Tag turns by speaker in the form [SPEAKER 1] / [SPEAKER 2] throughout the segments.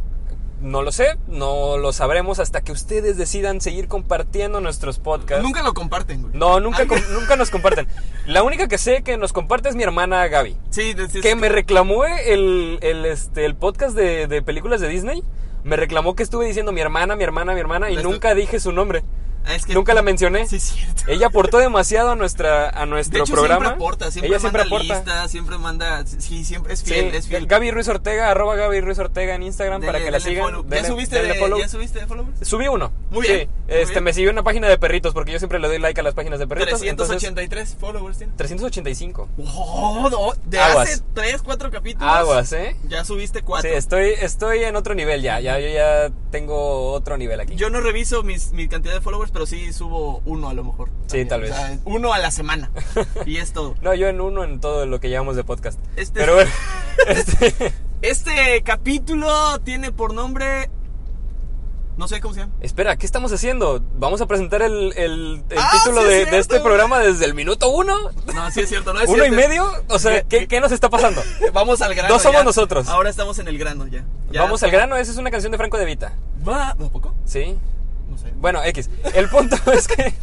[SPEAKER 1] no lo sé, no lo sabremos hasta que ustedes decidan seguir compartiendo nuestros podcasts.
[SPEAKER 2] Nunca lo comparten, güey.
[SPEAKER 1] No, nunca,
[SPEAKER 2] Ah,
[SPEAKER 1] com- nunca nos comparten. La única que sé que nos comparte es mi hermana Gaby,
[SPEAKER 2] Sí, de- sí,
[SPEAKER 1] que
[SPEAKER 2] es-
[SPEAKER 1] me reclamó eh, el, el, este, el podcast de, de películas de Disney. Me reclamó que estuve diciendo mi hermana, mi hermana, mi hermana y
[SPEAKER 2] Esto-
[SPEAKER 1] nunca dije su nombre.
[SPEAKER 2] Ah, es que-
[SPEAKER 1] Nunca la mencioné.
[SPEAKER 2] Sí, es cierto.
[SPEAKER 1] Ella aportó demasiado a nuestra a
[SPEAKER 2] De
[SPEAKER 1] nuestro
[SPEAKER 2] hecho,
[SPEAKER 1] programa.
[SPEAKER 2] siempre aporta, siempre
[SPEAKER 1] Ella
[SPEAKER 2] manda
[SPEAKER 1] siempre aporta.
[SPEAKER 2] listas, siempre manda... Sí, siempre es fiel,
[SPEAKER 1] Sí,
[SPEAKER 2] es fiel.
[SPEAKER 1] Gaby Ruiz Ortega, arroba Gaby Ruiz Ortega en Instagram para
[SPEAKER 2] Denle-
[SPEAKER 1] que la
[SPEAKER 2] denle
[SPEAKER 1] sigan.
[SPEAKER 2] follow. ¿Ya
[SPEAKER 1] Denle-
[SPEAKER 2] subiste
[SPEAKER 1] denle
[SPEAKER 2] de-
[SPEAKER 1] follow.
[SPEAKER 2] ¿Ya subiste de followers?
[SPEAKER 1] Subí uno.
[SPEAKER 2] Muy
[SPEAKER 1] Sí,
[SPEAKER 2] bien, muy
[SPEAKER 1] este,
[SPEAKER 2] bien.
[SPEAKER 1] me siguió una página de perritos porque yo siempre le doy like a las páginas de perritos. entonces,
[SPEAKER 2] 383 followers tiene.
[SPEAKER 1] 385.
[SPEAKER 2] Oh, no, de
[SPEAKER 1] Aguas.
[SPEAKER 2] hace 3, 4 capítulos.
[SPEAKER 1] Aguas, ¿eh?
[SPEAKER 2] Ya subiste
[SPEAKER 1] Sí,
[SPEAKER 2] 4.
[SPEAKER 1] estoy, estoy en otro nivel ya, ya. Yo ya tengo otro nivel aquí.
[SPEAKER 2] Yo no reviso mis, mi cantidad de followers, pero sí subo uno a lo mejor.
[SPEAKER 1] Sí, tal vez.
[SPEAKER 2] uno a la semana. y es todo.
[SPEAKER 1] No, yo en uno en todo lo que llevamos de podcast.
[SPEAKER 2] Este-
[SPEAKER 1] Pero bueno, este,
[SPEAKER 2] Este capítulo tiene por nombre. No sé cómo se llama.
[SPEAKER 1] Espera, ¿qué estamos haciendo? ¿Vamos a presentar el, el- el
[SPEAKER 2] Ah,
[SPEAKER 1] título
[SPEAKER 2] sí,
[SPEAKER 1] de,
[SPEAKER 2] es
[SPEAKER 1] de este
[SPEAKER 2] cierto.
[SPEAKER 1] programa desde el minuto uno?
[SPEAKER 2] No, sí es cierto, no es
[SPEAKER 1] ¿Uno y
[SPEAKER 2] cierto.
[SPEAKER 1] medio? O sea, ¿qué, qué nos está pasando?
[SPEAKER 2] Vamos al grano.
[SPEAKER 1] Dos somos
[SPEAKER 2] ya.
[SPEAKER 1] nosotros.
[SPEAKER 2] Ahora estamos en el grano ya. Ya.
[SPEAKER 1] Vamos al grano, esa es una canción de Franco de Vita.
[SPEAKER 2] Va. ¿No poco?
[SPEAKER 1] Sí.
[SPEAKER 2] No sé.
[SPEAKER 1] Bueno, X. El punto es que.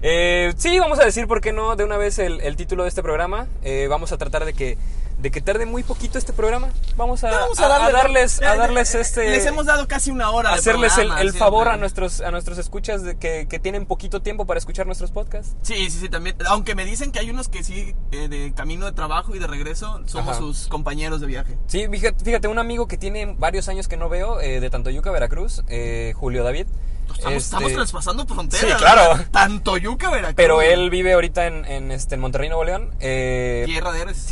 [SPEAKER 1] eh, sí, vamos a decir, ¿por qué no? De una vez el, el título de este programa. Eh, vamos a tratar de que, de que tarde muy poquito este programa. Vamos a,
[SPEAKER 2] Vamos a, darle,
[SPEAKER 1] darles,
[SPEAKER 2] ya,
[SPEAKER 1] a
[SPEAKER 2] ya,
[SPEAKER 1] darles
[SPEAKER 2] ya,
[SPEAKER 1] este.
[SPEAKER 2] Les hemos dado casi una hora. de
[SPEAKER 1] hacerles el,
[SPEAKER 2] programa,
[SPEAKER 1] el
[SPEAKER 2] sí,
[SPEAKER 1] favor a
[SPEAKER 2] hombre.
[SPEAKER 1] nuestros, a nuestros escuchas de que, que tienen poquito tiempo para escuchar nuestros podcasts.
[SPEAKER 2] Sí, sí, sí, también. Aunque me dicen que hay unos que sí, eh, de camino de trabajo y de regreso, somos
[SPEAKER 1] Ajá.
[SPEAKER 2] sus compañeros de viaje.
[SPEAKER 1] Sí, fíjate, fíjate, un amigo que tiene varios años que no veo, eh, de Tantoyuca, Veracruz, eh, Julio David.
[SPEAKER 2] Estamos,
[SPEAKER 1] Este,
[SPEAKER 2] estamos traspasando fronteras.
[SPEAKER 1] Sí, claro.
[SPEAKER 2] Tanto yuca, Veracruz.
[SPEAKER 1] Pero él vive ahorita en, en, este, en Monterrey, Nuevo León. Eh,
[SPEAKER 2] Tierra de Eres.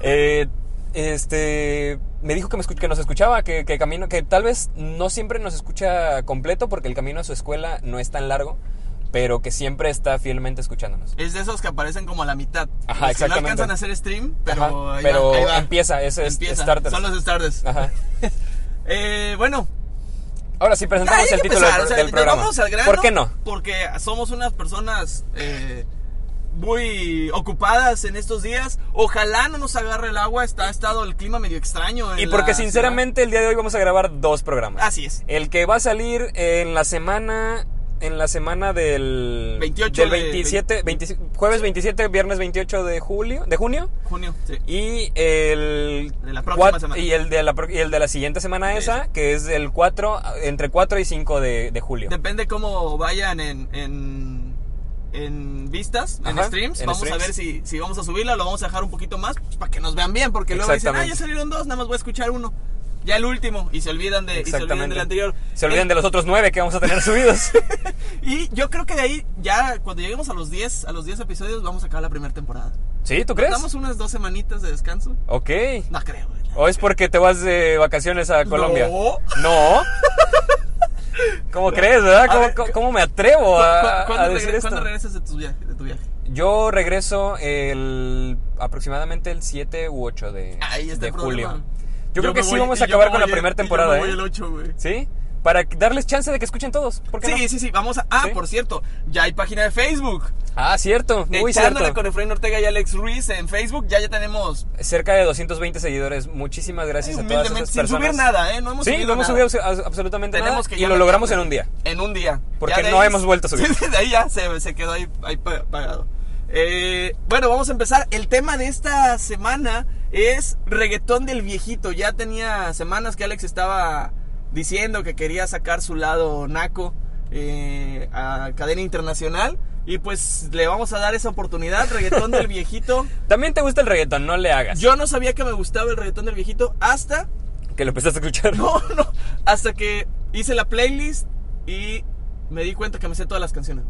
[SPEAKER 1] eh, este, me dijo que, me escu- que nos escuchaba, que, que camino, que tal vez no siempre nos escucha completo porque el camino a su escuela no es tan largo, pero que siempre está fielmente escuchándonos.
[SPEAKER 2] Es de esos que aparecen como a la mitad.
[SPEAKER 1] Ajá,
[SPEAKER 2] Los que No
[SPEAKER 1] exactamente.
[SPEAKER 2] alcanzan a hacer stream, pero,
[SPEAKER 1] Ajá,
[SPEAKER 2] ahí
[SPEAKER 1] pero
[SPEAKER 2] va, ahí va.
[SPEAKER 1] empieza, ese es
[SPEAKER 2] Empieza.
[SPEAKER 1] starter.
[SPEAKER 2] Son los starters.
[SPEAKER 1] Ajá.
[SPEAKER 2] Eh, bueno,
[SPEAKER 1] Ahora sí presentamos
[SPEAKER 2] hay que
[SPEAKER 1] el título
[SPEAKER 2] empezar,
[SPEAKER 1] del,
[SPEAKER 2] pues, o sea,
[SPEAKER 1] del
[SPEAKER 2] ya
[SPEAKER 1] programa.
[SPEAKER 2] Vamos al grano
[SPEAKER 1] ¿Por qué no?
[SPEAKER 2] Porque somos unas personas eh, muy ocupadas en estos días. Ojalá no nos agarre el agua. Está ha estado el clima medio extraño. en
[SPEAKER 1] Y porque
[SPEAKER 2] la
[SPEAKER 1] sinceramente el día de hoy vamos a grabar dos programas.
[SPEAKER 2] ciudad. Así es.
[SPEAKER 1] El que va a salir en la semana en la semana del
[SPEAKER 2] 28
[SPEAKER 1] del
[SPEAKER 2] de-
[SPEAKER 1] 27 20 jueves 27, viernes 28 de julio, de junio
[SPEAKER 2] Junio. sí.
[SPEAKER 1] y el
[SPEAKER 2] De la próxima
[SPEAKER 1] cuat-
[SPEAKER 2] semana.
[SPEAKER 1] y el de la pro- y el de la siguiente semana
[SPEAKER 2] De
[SPEAKER 1] esa, que es el 4 entre 4 y 5 de, de julio.
[SPEAKER 2] Depende cómo vayan en, en, en vistas, en
[SPEAKER 1] Ajá,
[SPEAKER 2] streams.
[SPEAKER 1] en
[SPEAKER 2] vamos a
[SPEAKER 1] streams.
[SPEAKER 2] ver si, si vamos a subirla, lo vamos a dejar un poquito más pues, para que nos vean bien, porque luego dicen, ah,
[SPEAKER 1] Exactamente.
[SPEAKER 2] ya salieron dos, nada más voy a escuchar uno. Ya el último, y se olvidan de, y se olvidan del anterior. Eh,
[SPEAKER 1] Se olvidan de los otros nueve que vamos a tener subidos.
[SPEAKER 2] Y yo creo que de ahí, ya cuando lleguemos a los 10, a los 10 episodios, vamos a acabar la primera temporada.
[SPEAKER 1] ¿Sí? ¿Tú
[SPEAKER 2] Nos
[SPEAKER 1] crees?
[SPEAKER 2] damos unas dos semanitas de descanso?
[SPEAKER 1] Ok.
[SPEAKER 2] No creo. güey.
[SPEAKER 1] ¿O es porque te vas de vacaciones a Colombia?
[SPEAKER 2] No.
[SPEAKER 1] No. ¿Cómo crees, verdad?
[SPEAKER 2] A
[SPEAKER 1] ¿Cómo,
[SPEAKER 2] ver,
[SPEAKER 1] cómo- cómo me atrevo
[SPEAKER 2] ¿Cu-
[SPEAKER 1] a,
[SPEAKER 2] cu- ¿Cuándo,
[SPEAKER 1] a decir
[SPEAKER 2] regre-
[SPEAKER 1] esto?
[SPEAKER 2] cuándo regresas de tu viaje? De tu viaje?
[SPEAKER 1] Yo regreso el aproximadamente el 7 u 8 de,
[SPEAKER 2] Ahí está
[SPEAKER 1] de
[SPEAKER 2] el
[SPEAKER 1] julio.
[SPEAKER 2] problema.
[SPEAKER 1] Yo, creo
[SPEAKER 2] me
[SPEAKER 1] que sí
[SPEAKER 2] voy-
[SPEAKER 1] vamos
[SPEAKER 2] y
[SPEAKER 1] a
[SPEAKER 2] yo
[SPEAKER 1] acabar
[SPEAKER 2] me
[SPEAKER 1] con la
[SPEAKER 2] voy el-
[SPEAKER 1] primera
[SPEAKER 2] y yo me
[SPEAKER 1] temporada,
[SPEAKER 2] voy
[SPEAKER 1] ¿eh?
[SPEAKER 2] el 8, güey.
[SPEAKER 1] ¿Sí? Para darles chance de que escuchen todos. ¿Por qué
[SPEAKER 2] Sí,
[SPEAKER 1] no?
[SPEAKER 2] sí, sí, vamos a... Ah,
[SPEAKER 1] Sí.
[SPEAKER 2] por cierto, ya hay página de Facebook.
[SPEAKER 1] Ah, cierto. Muy
[SPEAKER 2] Echándole
[SPEAKER 1] cierto.
[SPEAKER 2] con Efraín Ortega y Alex Ruiz en Facebook, ya ya tenemos... eh,
[SPEAKER 1] Cerca de 220 seguidores. Muchísimas gracias a todas
[SPEAKER 2] humildemente,
[SPEAKER 1] esas
[SPEAKER 2] sin
[SPEAKER 1] personas.
[SPEAKER 2] subir nada, ¿eh? No hemos
[SPEAKER 1] sí,
[SPEAKER 2] subido
[SPEAKER 1] no hemos
[SPEAKER 2] nada.
[SPEAKER 1] subido abs- absolutamente
[SPEAKER 2] Tenemos
[SPEAKER 1] nada.
[SPEAKER 2] que
[SPEAKER 1] y
[SPEAKER 2] ya
[SPEAKER 1] lo
[SPEAKER 2] la-
[SPEAKER 1] logramos en un día.
[SPEAKER 2] En un día.
[SPEAKER 1] Porque
[SPEAKER 2] Ya de
[SPEAKER 1] no hemos vuelto a subir.
[SPEAKER 2] Sí, de ahí ya se, se quedó ahí, ahí pa- pagado. Eh, bueno, vamos a empezar. El tema de esta semana es reggaetón del viejito. Ya tenía semanas que Alex estaba diciendo que quería sacar su lado naco. eh, a cadena internacional. Y pues le vamos a dar esa oportunidad, reggaetón del viejito.
[SPEAKER 1] También te gusta el reggaetón, no le hagas.
[SPEAKER 2] Yo no sabía que me gustaba el reggaetón del viejito hasta
[SPEAKER 1] Que lo empezaste a escuchar.
[SPEAKER 2] No, no. Hasta que hice la playlist y me di cuenta que me sé todas las canciones.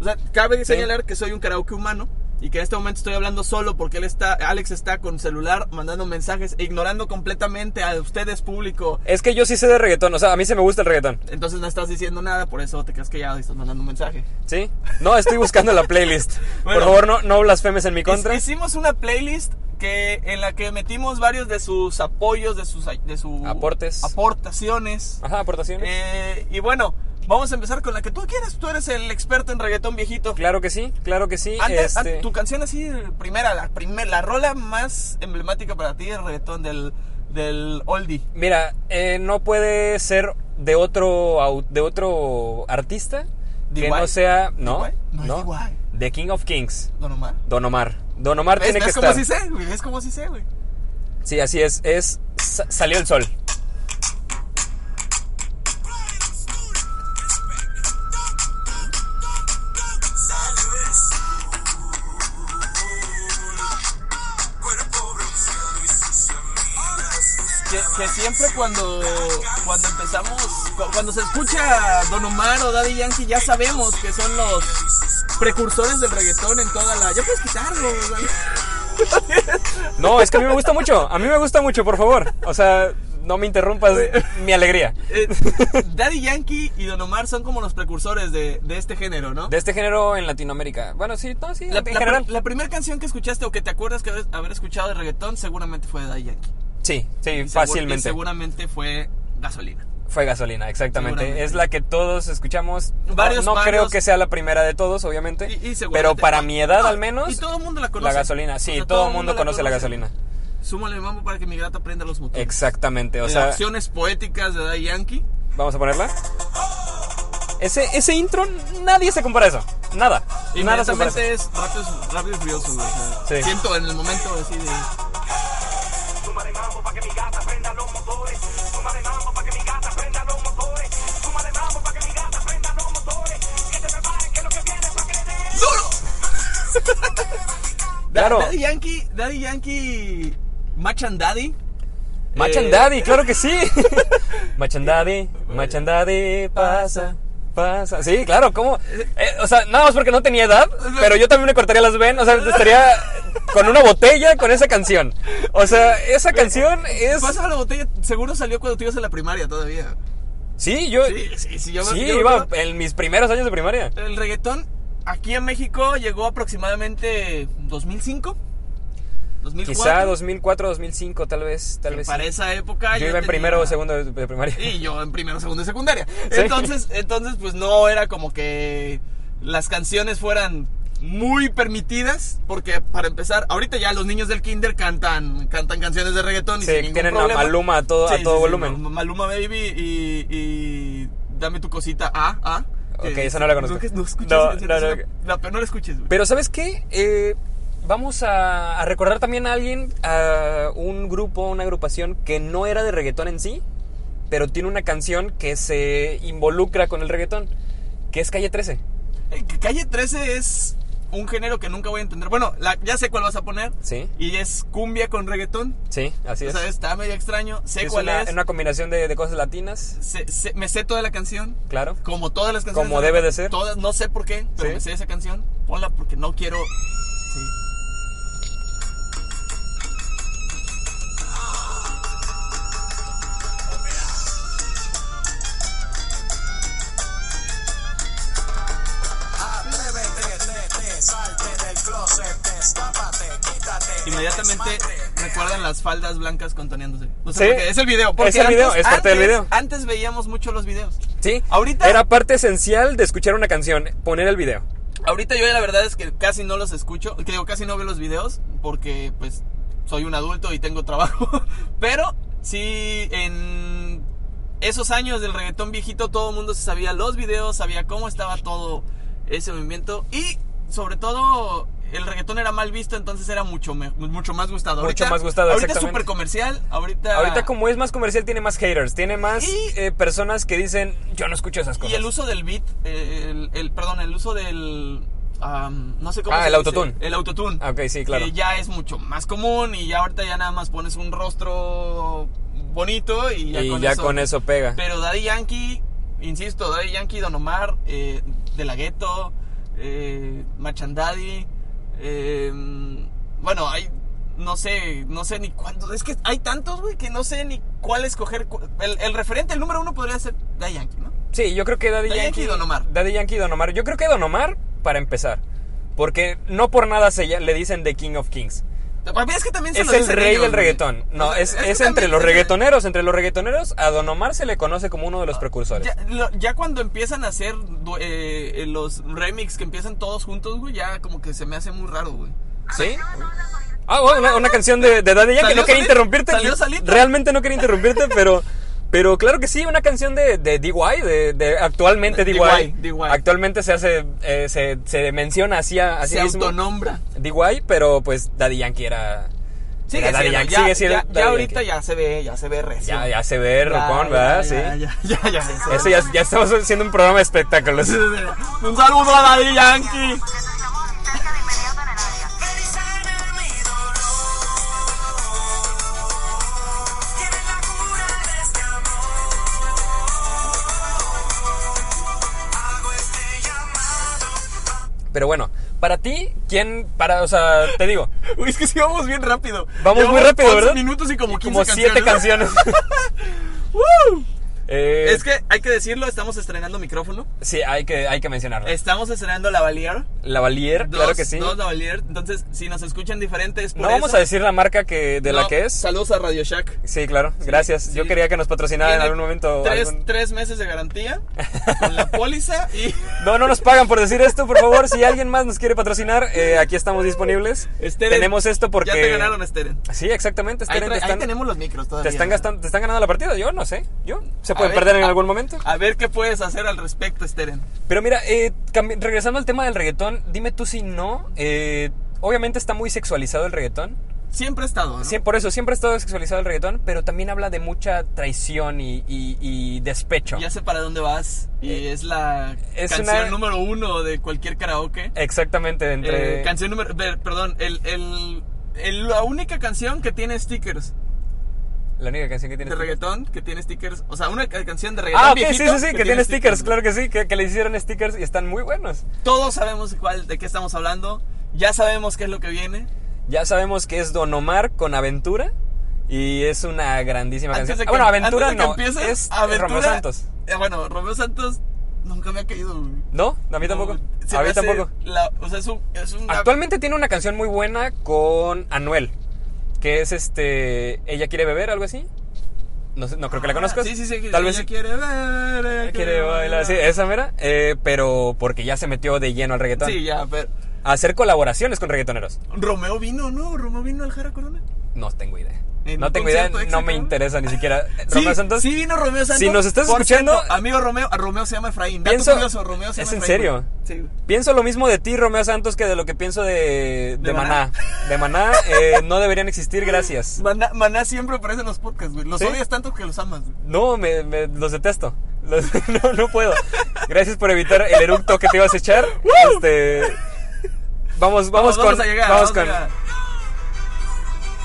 [SPEAKER 2] O sea, cabe señalar que soy un karaoke humano y que en este momento estoy hablando solo porque él está, Alex está con celular mandando mensajes e ignorando completamente a ustedes público.
[SPEAKER 1] Es que yo sí sé de reggaetón, o sea, a mí se me gusta el reggaetón.
[SPEAKER 2] Entonces no estás diciendo nada, por eso te crees que ya estás mandando un mensaje.
[SPEAKER 1] ¿Sí? No, estoy buscando la playlist.
[SPEAKER 2] Bueno.
[SPEAKER 1] Por favor, no, no blasfemes en mi contra.
[SPEAKER 2] Hicimos una playlist que en la que metimos varios de sus apoyos, de sus de sus
[SPEAKER 1] Aportes.
[SPEAKER 2] aportaciones.
[SPEAKER 1] Ajá, aportaciones.
[SPEAKER 2] Eh, y bueno, vamos a empezar con la que tú quieres. Tú eres el experto en reggaetón viejito.
[SPEAKER 1] Claro que sí, claro que sí.
[SPEAKER 2] Antes,
[SPEAKER 1] este,
[SPEAKER 2] an- tu canción así, primera, la primer, la rola más emblemática para ti el reggaetón del, del oldie.
[SPEAKER 1] Mira, eh, no puede ser de otro au- de otro artista que
[SPEAKER 2] D.Y.
[SPEAKER 1] no sea, no,
[SPEAKER 2] D.Y. No es D.Y.
[SPEAKER 1] The King of Kings,
[SPEAKER 2] Don Omar.
[SPEAKER 1] Don Omar. Don Omar
[SPEAKER 2] ¿Ves,
[SPEAKER 1] tiene que
[SPEAKER 2] ves cómo
[SPEAKER 1] estar.
[SPEAKER 2] sí sé, güey? ¿Ves cómo sí sé, güey?
[SPEAKER 1] Sí, así es, es Sa- salió el sol.
[SPEAKER 2] Que, que siempre cuando, cuando empezamos, cu- cuando se escucha Don Omar o Daddy Yankee, ya sabemos que son los precursores del reggaetón en toda la... Ya puedes quitarlo, güey.
[SPEAKER 1] No, es que a mí me gusta mucho, a mí me gusta mucho, por favor. O sea, no me interrumpas mi alegría.
[SPEAKER 2] Eh, Daddy Yankee y Don Omar son como los precursores de, de este género, ¿no?
[SPEAKER 1] De este género en Latinoamérica. Bueno, sí, no, sí,
[SPEAKER 2] La,
[SPEAKER 1] en general.
[SPEAKER 2] primera canción que escuchaste o que te acuerdas que haber, haber escuchado de reggaetón seguramente fue de Daddy Yankee.
[SPEAKER 1] sí, sí,
[SPEAKER 2] Y segu- y
[SPEAKER 1] fácilmente.
[SPEAKER 2] seguramente fue Gasolina.
[SPEAKER 1] Fue gasolina, exactamente.
[SPEAKER 2] Seguramente.
[SPEAKER 1] Es la que todos escuchamos. No-
[SPEAKER 2] Varios,
[SPEAKER 1] no
[SPEAKER 2] varios.
[SPEAKER 1] creo que sea la primera de todos, obviamente.
[SPEAKER 2] Y- y seguramente-
[SPEAKER 1] pero para mi edad,
[SPEAKER 2] No,
[SPEAKER 1] al menos.
[SPEAKER 2] Y todo el mundo la conoce.
[SPEAKER 1] La gasolina, sí,
[SPEAKER 2] O sea,
[SPEAKER 1] todo el mundo conoce, la gasolina.
[SPEAKER 2] Súmale mambo para que mi gata prenda los motores.
[SPEAKER 1] Exactamente, o
[SPEAKER 2] Eh,
[SPEAKER 1] sea,
[SPEAKER 2] Acciones poéticas de Daddy Yankee.
[SPEAKER 1] vamos a ponerla. Ese, ese intro, nadie se compara a eso. Nada. pues Nada se compara a eso.
[SPEAKER 2] Inmediatamente es rápido, rápido y furioso. güey, o sea,
[SPEAKER 1] Sí.
[SPEAKER 2] Siento en el momento así de...
[SPEAKER 3] Súmale mambo pa' que mi gata prenda los motores. Súmale mambo pa' que mi gata prenda los motores. Súmale mambo pa' que mi gata prenda los motores. Que te prepare que lo que viene pa' que le dé.
[SPEAKER 1] Claro.
[SPEAKER 2] Daddy Yankee, Daddy Yankee, Machan Daddy.
[SPEAKER 1] Machan
[SPEAKER 2] Eh,
[SPEAKER 1] Daddy, claro que sí. Machan Daddy, Machan Daddy, pasa, pasa. Sí, claro, ¿cómo? Eh, o sea, nada más porque no tenía edad, pero yo también me cortaría las venas. O sea, estaría con una botella con esa canción. O sea, esa canción es.
[SPEAKER 2] Pásame la botella, seguro salió cuando tú ibas a la primaria todavía.
[SPEAKER 1] Sí, yo.
[SPEAKER 2] Sí, sí, sí, yo me-
[SPEAKER 1] Sí,
[SPEAKER 2] yo me
[SPEAKER 1] iba
[SPEAKER 2] acuerdo.
[SPEAKER 1] en mis primeros años de primaria.
[SPEAKER 2] El reggaetón aquí en México llegó aproximadamente 2005, 2004.
[SPEAKER 1] Quizá 2004, 2005, tal vez, tal vez. sí.
[SPEAKER 2] Para esa época
[SPEAKER 1] Yo iba en
[SPEAKER 2] Ah, tenía-
[SPEAKER 1] primero o segundo de- de primaria.
[SPEAKER 2] Y yo en primero, segundo y secundaria. Entonces, entonces pues no era como que las canciones fueran muy permitidas porque para empezar ahorita ya los niños del kinder cantan cantan canciones de reggaetón y
[SPEAKER 1] Sí,
[SPEAKER 2] sin ningún
[SPEAKER 1] tienen a
[SPEAKER 2] problema.
[SPEAKER 1] Maluma a todo- a todo volumen.
[SPEAKER 2] Ma- Maluma Baby y, y dame tu cosita ah ah
[SPEAKER 1] Ok,
[SPEAKER 2] que-
[SPEAKER 1] esa no la conozco.
[SPEAKER 2] que- no escuches
[SPEAKER 1] No,
[SPEAKER 2] esa canción,
[SPEAKER 1] no, no.
[SPEAKER 2] es una- no, no la escuches güey.
[SPEAKER 1] Pero ¿sabes qué? Eh, vamos a, a recordar también a alguien, a un grupo, una agrupación que no era de reggaetón en sí, pero tiene una canción que se involucra con el reggaetón, que es Calle 13.
[SPEAKER 2] Eh, Calle 13 es un género que nunca voy a entender. Bueno, la- ya sé cuál vas a poner.
[SPEAKER 1] Sí.
[SPEAKER 2] Y es cumbia con reggaetón.
[SPEAKER 1] Sí, así
[SPEAKER 2] O
[SPEAKER 1] es.
[SPEAKER 2] sea, está medio extraño. Sé
[SPEAKER 1] Es
[SPEAKER 2] cuál
[SPEAKER 1] una,
[SPEAKER 2] es.
[SPEAKER 1] una combinación de, de cosas latinas,
[SPEAKER 2] Sé- sé- me sé toda la canción.
[SPEAKER 1] claro.
[SPEAKER 2] Como todas las canciones.
[SPEAKER 1] Como debe de ser.
[SPEAKER 2] Todas, no sé por qué, pero
[SPEAKER 1] Sí.
[SPEAKER 2] me sé esa canción. Ponla porque no quiero. Sí. Inmediatamente recuerdan las faldas blancas contoneándose. No sé
[SPEAKER 1] Sí.
[SPEAKER 2] por qué. Es el video. porque
[SPEAKER 1] Es el video, es parte del
[SPEAKER 2] antes-
[SPEAKER 1] video.
[SPEAKER 2] Antes veíamos mucho los videos.
[SPEAKER 1] Sí,
[SPEAKER 2] Ahorita-
[SPEAKER 1] era parte esencial de escuchar una canción, poner el video.
[SPEAKER 2] Ahorita yo la verdad es que casi no los escucho, que digo, casi no veo los videos porque pues soy un adulto y tengo trabajo, pero sí en esos años del reggaetón viejito todo el mundo se sabía los videos, sabía cómo estaba todo ese movimiento y sobre todo el reggaetón era mal visto, entonces era mucho, me- mucho más gustado.
[SPEAKER 1] Mucho
[SPEAKER 2] ahorita,
[SPEAKER 1] más gustado,
[SPEAKER 2] Ahorita es
[SPEAKER 1] exactamente.
[SPEAKER 2] súper comercial, ahorita...
[SPEAKER 1] Ahorita como es más comercial tiene más haters, tiene más
[SPEAKER 2] Ah. Y-
[SPEAKER 1] eh, personas que dicen yo no escucho esas cosas.
[SPEAKER 2] Y el uso del beat, eh, el, el- perdón, el uso del... am, no sé cómo
[SPEAKER 1] Ah,
[SPEAKER 2] se
[SPEAKER 1] el
[SPEAKER 2] dice.
[SPEAKER 1] autotune.
[SPEAKER 2] El autotune.
[SPEAKER 1] Ah, ok, sí, claro.
[SPEAKER 2] Que ya es mucho más común y ya ahorita ya nada más pones un rostro bonito y ya,
[SPEAKER 1] Y
[SPEAKER 2] con,
[SPEAKER 1] ya
[SPEAKER 2] eso.
[SPEAKER 1] con eso pega.
[SPEAKER 2] Pero Daddy Yankee, insisto, Daddy Yankee, Don Omar, eh, De La Ghetto, eh, Machandaddy, eh, bueno, hay, no sé, no sé ni cuántos, es que hay tantos, güey, que no sé ni cuál escoger. cu- El, el referente, el número uno podría ser Daddy Yankee, ¿no?
[SPEAKER 1] Sí, yo creo que Daddy,
[SPEAKER 2] Daddy Yankee y Don Omar.
[SPEAKER 1] Daddy Yankee y Don Omar. Yo creo que Don Omar para empezar. Porque no por nada se ya- le dicen The King of Kings.
[SPEAKER 2] Para mí es que también se
[SPEAKER 1] Es
[SPEAKER 2] lo
[SPEAKER 1] el
[SPEAKER 2] dicen
[SPEAKER 1] rey
[SPEAKER 2] ellos,
[SPEAKER 1] del
[SPEAKER 2] güey.
[SPEAKER 1] reggaetón.
[SPEAKER 2] O
[SPEAKER 1] No,
[SPEAKER 2] sea,
[SPEAKER 1] es,
[SPEAKER 2] que
[SPEAKER 1] es entre
[SPEAKER 2] también-
[SPEAKER 1] los reggaetoneros. Entre los reggaetoneros, a Don Omar se le conoce como uno de los precursores.
[SPEAKER 2] Ah, Ya, lo- ya cuando empiezan a hacer du- eh, eh, los remix que empiezan todos juntos, güey, ya como que se me hace muy raro, güey.
[SPEAKER 1] ¿Sí? Ah, bueno, una, una canción de, de Daddy Yankee.
[SPEAKER 2] Salió
[SPEAKER 1] No quería
[SPEAKER 2] solito,
[SPEAKER 1] interrumpirte.
[SPEAKER 2] salió solito.
[SPEAKER 1] Realmente no quería interrumpirte, pero. Pero claro que sí, una canción de, de DY, de, de actualmente
[SPEAKER 2] De-
[SPEAKER 1] DY.
[SPEAKER 2] DY.
[SPEAKER 1] Actualmente se hace, eh, se, se menciona así a así
[SPEAKER 2] se
[SPEAKER 1] mismo.
[SPEAKER 2] autonombra.
[SPEAKER 1] DY, pero pues Daddy Yankee era.
[SPEAKER 2] Sigue
[SPEAKER 1] era Daddy
[SPEAKER 2] siendo,
[SPEAKER 1] Yankee,
[SPEAKER 2] ya,
[SPEAKER 1] sigue siendo
[SPEAKER 2] ya-
[SPEAKER 1] Daddy
[SPEAKER 2] ya ahorita
[SPEAKER 1] Yankee.
[SPEAKER 2] ya se ve, ya se ve recio.
[SPEAKER 1] Ya, ya se ve
[SPEAKER 2] Ya,
[SPEAKER 1] Rocón,
[SPEAKER 2] ya,
[SPEAKER 1] ¿verdad? sí.
[SPEAKER 2] Ya, ya, ya, ya, ya.
[SPEAKER 1] Eso ya, ya estamos haciendo un programa de espectáculos.
[SPEAKER 2] Un saludo a Daddy Yankee.
[SPEAKER 1] Pero bueno, para ti, ¿quién? Para, o sea, te digo,
[SPEAKER 2] Uy, es que sí vamos bien rápido.
[SPEAKER 1] vamos muy
[SPEAKER 2] Llevamos
[SPEAKER 1] rápido,
[SPEAKER 2] 11
[SPEAKER 1] ¿verdad?
[SPEAKER 2] minutos y como 15
[SPEAKER 1] Como siete canciones.
[SPEAKER 2] ¡Woo!
[SPEAKER 1] Eh,
[SPEAKER 2] Es que hay que decirlo, estamos estrenando micrófono.
[SPEAKER 1] Sí, hay que, hay que mencionarlo.
[SPEAKER 2] Estamos estrenando la Valier.
[SPEAKER 1] La Valier, claro
[SPEAKER 2] Dos-
[SPEAKER 1] que sí.
[SPEAKER 2] Dos Lavalier. Entonces, si nos escuchan diferentes,
[SPEAKER 1] No vamos a decir la marca que, de la que es.
[SPEAKER 2] Saludos a Radio Shack.
[SPEAKER 1] Sí, claro, gracias. Yo
[SPEAKER 2] sí.
[SPEAKER 1] quería que nos patrocinara Ah, en
[SPEAKER 2] Tiene
[SPEAKER 1] algún momento.
[SPEAKER 2] Tres,
[SPEAKER 1] algún-
[SPEAKER 2] tres meses de garantía con la póliza y
[SPEAKER 1] No, no nos pagan por decir esto, por favor. Si alguien más nos quiere patrocinar, eh, aquí estamos disponibles.
[SPEAKER 2] Steren,
[SPEAKER 1] Tenemos esto porque...
[SPEAKER 2] Este Ya te ganaron, Steren.
[SPEAKER 1] Sí, exactamente. este
[SPEAKER 2] Ahí,
[SPEAKER 1] Steren,
[SPEAKER 2] tra-
[SPEAKER 1] te
[SPEAKER 2] ahí
[SPEAKER 1] están,
[SPEAKER 2] tenemos los micros
[SPEAKER 1] te
[SPEAKER 2] todavía.
[SPEAKER 1] están gastando, te están ganando la partida. Yo no sé. Yo se
[SPEAKER 2] A ver,
[SPEAKER 1] puede
[SPEAKER 2] ah.
[SPEAKER 1] perder en
[SPEAKER 2] a-
[SPEAKER 1] algún momento.
[SPEAKER 2] A ver qué puedes hacer al respecto, Steren.
[SPEAKER 1] Pero mira, eh, cambi- regresando al tema del reggaetón, dime tú si no. eh, obviamente está muy sexualizado el reggaetón.
[SPEAKER 2] Siempre he estado, ¿no?
[SPEAKER 1] Sí, por eso siempre ha estado sexualizado el reggaetón, pero también habla de mucha traición y, y- y despecho.
[SPEAKER 2] Ya sé para dónde vas y
[SPEAKER 1] Eh,
[SPEAKER 2] es la
[SPEAKER 1] es
[SPEAKER 2] canción
[SPEAKER 1] una-
[SPEAKER 2] número uno de cualquier karaoke.
[SPEAKER 1] Exactamente, entre...
[SPEAKER 2] Eh, canción número... ver, Perdón, el, el, el- la única canción que tiene stickers
[SPEAKER 1] la única canción que tiene...
[SPEAKER 2] de
[SPEAKER 1] stickers.
[SPEAKER 2] reggaetón, que tiene stickers. O sea, una ca- canción de reggaetón
[SPEAKER 1] Ah, ok, sí,
[SPEAKER 2] viejito
[SPEAKER 1] sí, sí, que, tiene stickers, claro que sí, que, que le hicieron stickers y están muy buenos.
[SPEAKER 2] Todos sabemos cuál, de qué estamos hablando. Ya sabemos qué es lo que viene.
[SPEAKER 1] Ya sabemos que es Don Omar con Aventura y es una grandísima
[SPEAKER 2] Antes
[SPEAKER 1] canción.
[SPEAKER 2] de
[SPEAKER 1] Ah, bueno,
[SPEAKER 2] que-
[SPEAKER 1] Aventura
[SPEAKER 2] antes de que
[SPEAKER 1] no,
[SPEAKER 2] empieces,
[SPEAKER 1] es
[SPEAKER 2] Aventura-
[SPEAKER 1] Romeo Santos.
[SPEAKER 2] Eh, bueno, Romeo Santos nunca me ha caído. güey.
[SPEAKER 1] No, a mí
[SPEAKER 2] No,
[SPEAKER 1] tampoco.
[SPEAKER 2] se
[SPEAKER 1] A
[SPEAKER 2] me
[SPEAKER 1] mí
[SPEAKER 2] hace
[SPEAKER 1] tampoco.
[SPEAKER 2] la- o sea, es un. es un-
[SPEAKER 1] Actualmente tiene una canción muy buena con Anuel, que es este. Ella quiere beber, algo así. No, sé, no creo que la conozcas.
[SPEAKER 2] Ah, Sí, sí, sí.
[SPEAKER 1] Tal
[SPEAKER 2] ella
[SPEAKER 1] vez quiere,
[SPEAKER 2] quiere ver. ella
[SPEAKER 1] bailar, sí, esa mera. Eh, pero porque ya se metió de lleno al reggaetón.
[SPEAKER 2] Sí, ya, pero.
[SPEAKER 1] A hacer colaboraciones con reggaetoneros.
[SPEAKER 2] Romeo vino, ¿no? Romeo vino al Jara Corona.
[SPEAKER 1] No tengo idea.
[SPEAKER 2] En
[SPEAKER 1] No
[SPEAKER 2] un
[SPEAKER 1] tengo idea,
[SPEAKER 2] concierto de
[SPEAKER 1] no
[SPEAKER 2] éxito,
[SPEAKER 1] me
[SPEAKER 2] ¿no?
[SPEAKER 1] interesa ni siquiera.
[SPEAKER 2] Sí,
[SPEAKER 1] Romeo Santos.
[SPEAKER 2] Sí, vino Romeo Santos.
[SPEAKER 1] Si nos estás
[SPEAKER 2] Por
[SPEAKER 1] escuchando-
[SPEAKER 2] cierto, amigo Romeo, a Romeo se llama Efraín. Dato
[SPEAKER 1] Pienso-
[SPEAKER 2] curioso, Romeo se
[SPEAKER 1] ¿es
[SPEAKER 2] llama
[SPEAKER 1] en
[SPEAKER 2] Efraín,
[SPEAKER 1] serio?
[SPEAKER 2] güey. Sí, güey.
[SPEAKER 1] Pienso lo mismo de ti, Romeo Santos, que de lo que pienso de, de,
[SPEAKER 2] ¿De
[SPEAKER 1] Maná.
[SPEAKER 2] Maná?
[SPEAKER 1] De Maná eh, no deberían existir, gracias.
[SPEAKER 2] Maná, Maná siempre aparece en los podcasts, güey. Los
[SPEAKER 1] ¿Sí?
[SPEAKER 2] odias tanto que los amas, güey.
[SPEAKER 1] No, me, me- los detesto. Los- no, no puedo. Gracias por evitar el eructo que te ibas a echar. Este, vamos, vamos, con.
[SPEAKER 2] vamos a llegar.
[SPEAKER 1] vamos
[SPEAKER 2] a
[SPEAKER 1] con.
[SPEAKER 2] llegar.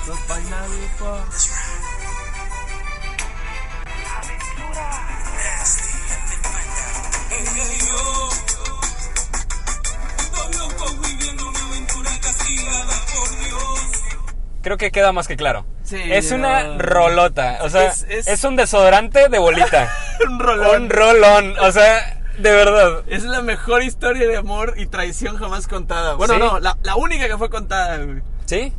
[SPEAKER 2] Los painados,
[SPEAKER 1] Creo que queda más que claro.
[SPEAKER 2] Sí,
[SPEAKER 1] es una
[SPEAKER 2] no.
[SPEAKER 1] rolota. O sea, es,
[SPEAKER 2] Es- es-
[SPEAKER 1] un desodorante de bolita.
[SPEAKER 2] Un rolón.
[SPEAKER 1] un rolón. O sea, de verdad.
[SPEAKER 2] Es la mejor historia de amor y traición jamás contada. Bueno,
[SPEAKER 1] ¿Sí?
[SPEAKER 2] no, la, la única que fue contada, güey.
[SPEAKER 1] ¿Sí?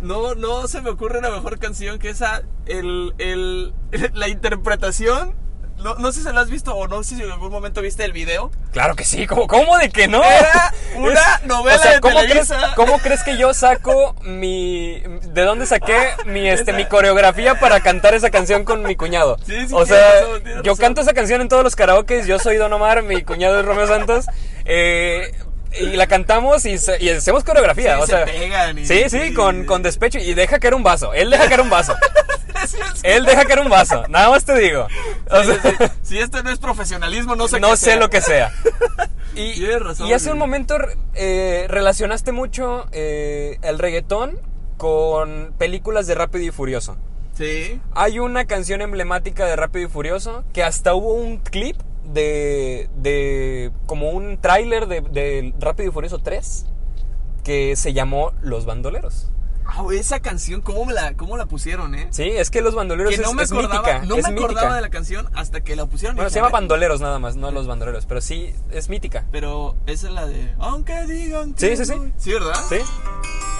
[SPEAKER 2] No, no se me ocurre una mejor canción que esa. El, el, la interpretación. No, no sé si la has visto o no sé si en algún momento viste el video.
[SPEAKER 1] Claro que sí, ¿cómo, cómo de que no?
[SPEAKER 2] Era una novela de
[SPEAKER 1] ¿cómo crees,
[SPEAKER 2] Televisa.
[SPEAKER 1] ¿Cómo crees que yo saco mi... ¿De dónde saqué mi, este, mi coreografía para cantar esa canción con mi cuñado?
[SPEAKER 2] Sí, sí,
[SPEAKER 1] o
[SPEAKER 2] tienes
[SPEAKER 1] sea,
[SPEAKER 2] razón, tienes
[SPEAKER 1] yo
[SPEAKER 2] razón.
[SPEAKER 1] canto esa canción en todos los karaokes, yo soy Don Omar, mi cuñado es Romeo Santos. Eh, y la cantamos y, se- y hacemos coreografía.
[SPEAKER 2] Sí,
[SPEAKER 1] o
[SPEAKER 2] se
[SPEAKER 1] sea,
[SPEAKER 2] pegan y-
[SPEAKER 1] sí, sí, con, con despecho. Y deja caer un vaso. Él deja caer un vaso.
[SPEAKER 2] Sí, sí.
[SPEAKER 1] Él deja caer un vaso. Nada más te digo. O
[SPEAKER 2] Sí,
[SPEAKER 1] sea,
[SPEAKER 2] sí, sí. Si esto no es profesionalismo, no sé
[SPEAKER 1] no
[SPEAKER 2] qué
[SPEAKER 1] sé
[SPEAKER 2] sea.
[SPEAKER 1] lo que sea. Y,
[SPEAKER 2] Tienes razón,
[SPEAKER 1] y hace
[SPEAKER 2] güey.
[SPEAKER 1] un momento eh, relacionaste mucho eh, el reggaetón con películas de Rápido y Furioso.
[SPEAKER 2] Sí.
[SPEAKER 1] Hay una canción emblemática de Rápido y Furioso que hasta hubo un clip de, de como un tráiler de, de Rápido y Furioso 3 que se llamó Los Bandoleros.
[SPEAKER 2] Ah, güey, esa canción, ¿cómo, me la, ¿cómo la pusieron, eh?
[SPEAKER 1] Sí, es que Los Bandoleros
[SPEAKER 2] que
[SPEAKER 1] es,
[SPEAKER 2] no me
[SPEAKER 1] es
[SPEAKER 2] acordaba,
[SPEAKER 1] mítica.
[SPEAKER 2] no
[SPEAKER 1] es
[SPEAKER 2] me
[SPEAKER 1] mítica.
[SPEAKER 2] acordaba de la canción hasta que la pusieron. y
[SPEAKER 1] Bueno, se
[SPEAKER 2] dije,
[SPEAKER 1] llama
[SPEAKER 2] "A ver".
[SPEAKER 1] Bandoleros nada más, no Los Bandoleros, pero sí es mítica.
[SPEAKER 2] Pero esa es la de. Aunque digan que
[SPEAKER 1] Sí, sí, sí.
[SPEAKER 2] no". Sí, ¿verdad?
[SPEAKER 1] ¿Sí?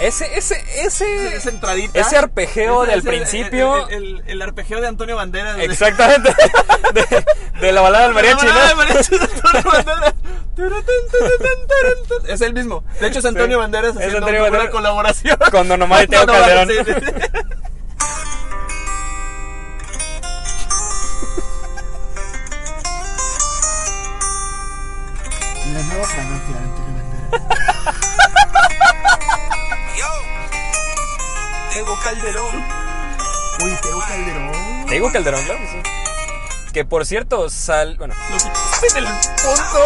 [SPEAKER 1] Ese, ese, ese.
[SPEAKER 2] Esa entradita.
[SPEAKER 1] Ese arpegeo
[SPEAKER 2] Ese-
[SPEAKER 1] del
[SPEAKER 2] ese-
[SPEAKER 1] principio.
[SPEAKER 2] El, el- el arpegeo de Antonio Banderas. de-
[SPEAKER 1] exactamente. De, de la balada del mariachi,
[SPEAKER 2] La balada de
[SPEAKER 1] ¿no?
[SPEAKER 2] mariachi de Antonio Banderas. Turutun, turutun, turutun. Es el mismo. De hecho, es Antonio
[SPEAKER 1] Sí.
[SPEAKER 2] Banderas
[SPEAKER 1] Es
[SPEAKER 2] haciendo
[SPEAKER 1] Antonio
[SPEAKER 2] como una
[SPEAKER 1] Banderas.
[SPEAKER 2] colaboración.
[SPEAKER 1] Con Don Omar y Teo
[SPEAKER 2] Don Omar,
[SPEAKER 1] Calderón.
[SPEAKER 2] sí, sí. La nueva fragancia de Antonio Banderas.
[SPEAKER 3] Tengo Calderón.
[SPEAKER 2] Uy, Teo Calderón.
[SPEAKER 1] Te digo Calderón, claro que sí. Que por cierto, sal. Bueno,
[SPEAKER 2] Lo quitaste del punto.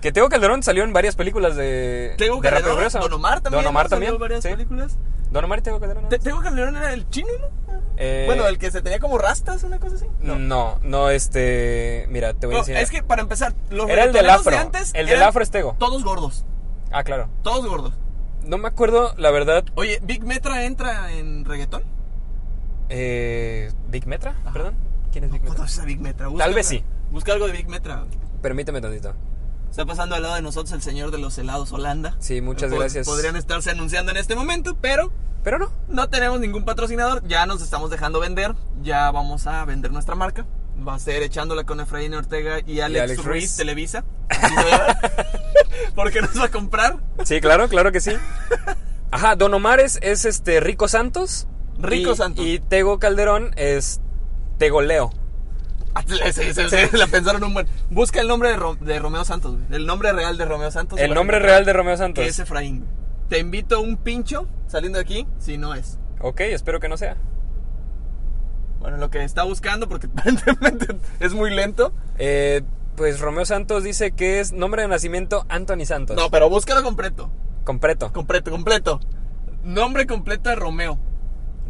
[SPEAKER 1] que Tego Calderón salió en varias películas de.
[SPEAKER 2] Tengo
[SPEAKER 1] de Rápido y
[SPEAKER 2] Calderón.
[SPEAKER 1] Furioso.
[SPEAKER 2] Don Omar también.
[SPEAKER 1] Don Omar
[SPEAKER 2] ¿no? Salió
[SPEAKER 1] también.
[SPEAKER 2] varias
[SPEAKER 1] sí.
[SPEAKER 2] películas.
[SPEAKER 1] Don Omar y Tego Calderón. ¿no?
[SPEAKER 2] Te- Tengo Calderón era el chino, ¿no?
[SPEAKER 1] Eh,
[SPEAKER 2] Bueno, el que se tenía como rastas, una cosa así.
[SPEAKER 1] No. no, no, este. Mira, te voy a
[SPEAKER 2] No,
[SPEAKER 1] decir.
[SPEAKER 2] es que para empezar, los
[SPEAKER 1] Era el del
[SPEAKER 2] reggaetoneros
[SPEAKER 1] afro.
[SPEAKER 2] de antes
[SPEAKER 1] El del
[SPEAKER 2] eran
[SPEAKER 1] afro es Tego.
[SPEAKER 2] Todos gordos,
[SPEAKER 1] Ah, claro.
[SPEAKER 2] todos gordos.
[SPEAKER 1] No me acuerdo, la verdad.
[SPEAKER 2] Oye, Big Metra entra en reggaetón.
[SPEAKER 1] Eh, ¿Big Metra?
[SPEAKER 2] Ajá.
[SPEAKER 1] ¿Perdón? ¿Quién es Big
[SPEAKER 2] ¿Cuánto
[SPEAKER 1] Metra?
[SPEAKER 2] es a Big Metra?
[SPEAKER 1] Tal vez sí.
[SPEAKER 2] Busca algo de Big Metra.
[SPEAKER 1] Permíteme tantito.
[SPEAKER 2] Está pasando al lado de nosotros el señor de los helados Holanda. Eh,
[SPEAKER 1] Sí, muchas
[SPEAKER 2] Pod-
[SPEAKER 1] gracias.
[SPEAKER 2] Podrían estarse anunciando en este momento, pero
[SPEAKER 1] Pero no.
[SPEAKER 2] no tenemos ningún patrocinador. Ya nos estamos dejando vender. Ya vamos a vender nuestra marca. Va a ser echándola con Efraín Ortega y Alex,
[SPEAKER 1] Alex
[SPEAKER 2] Ruiz,
[SPEAKER 1] Ruiz.
[SPEAKER 2] Televisa. Así se va a llamar. Porque nos va a comprar
[SPEAKER 1] Sí, claro, claro que sí. Ajá, Don Omar es, es, este Rico Santos.
[SPEAKER 2] Rico
[SPEAKER 1] y,
[SPEAKER 2] Santos.
[SPEAKER 1] Y Tego Calderón es Tegoleo.
[SPEAKER 2] Ah, sí, sí, sí, La pensaron un buen. Busca el nombre de, Ro- de Romeo Santos, güey. El nombre real de Romeo Santos.
[SPEAKER 1] El nombre real de Romeo Santos.
[SPEAKER 2] Que es Efraín. güey. Te invito a un pincho saliendo de aquí, si no es.
[SPEAKER 1] Ok, espero que no sea.
[SPEAKER 2] Bueno, lo que está buscando, porque aparentemente es muy lento.
[SPEAKER 1] Eh, pues Romeo Santos dice que es nombre de nacimiento Anthony Santos.
[SPEAKER 2] No, pero búscalo completo.
[SPEAKER 1] Completo.
[SPEAKER 2] Completo, completo. Nombre completo de Romeo.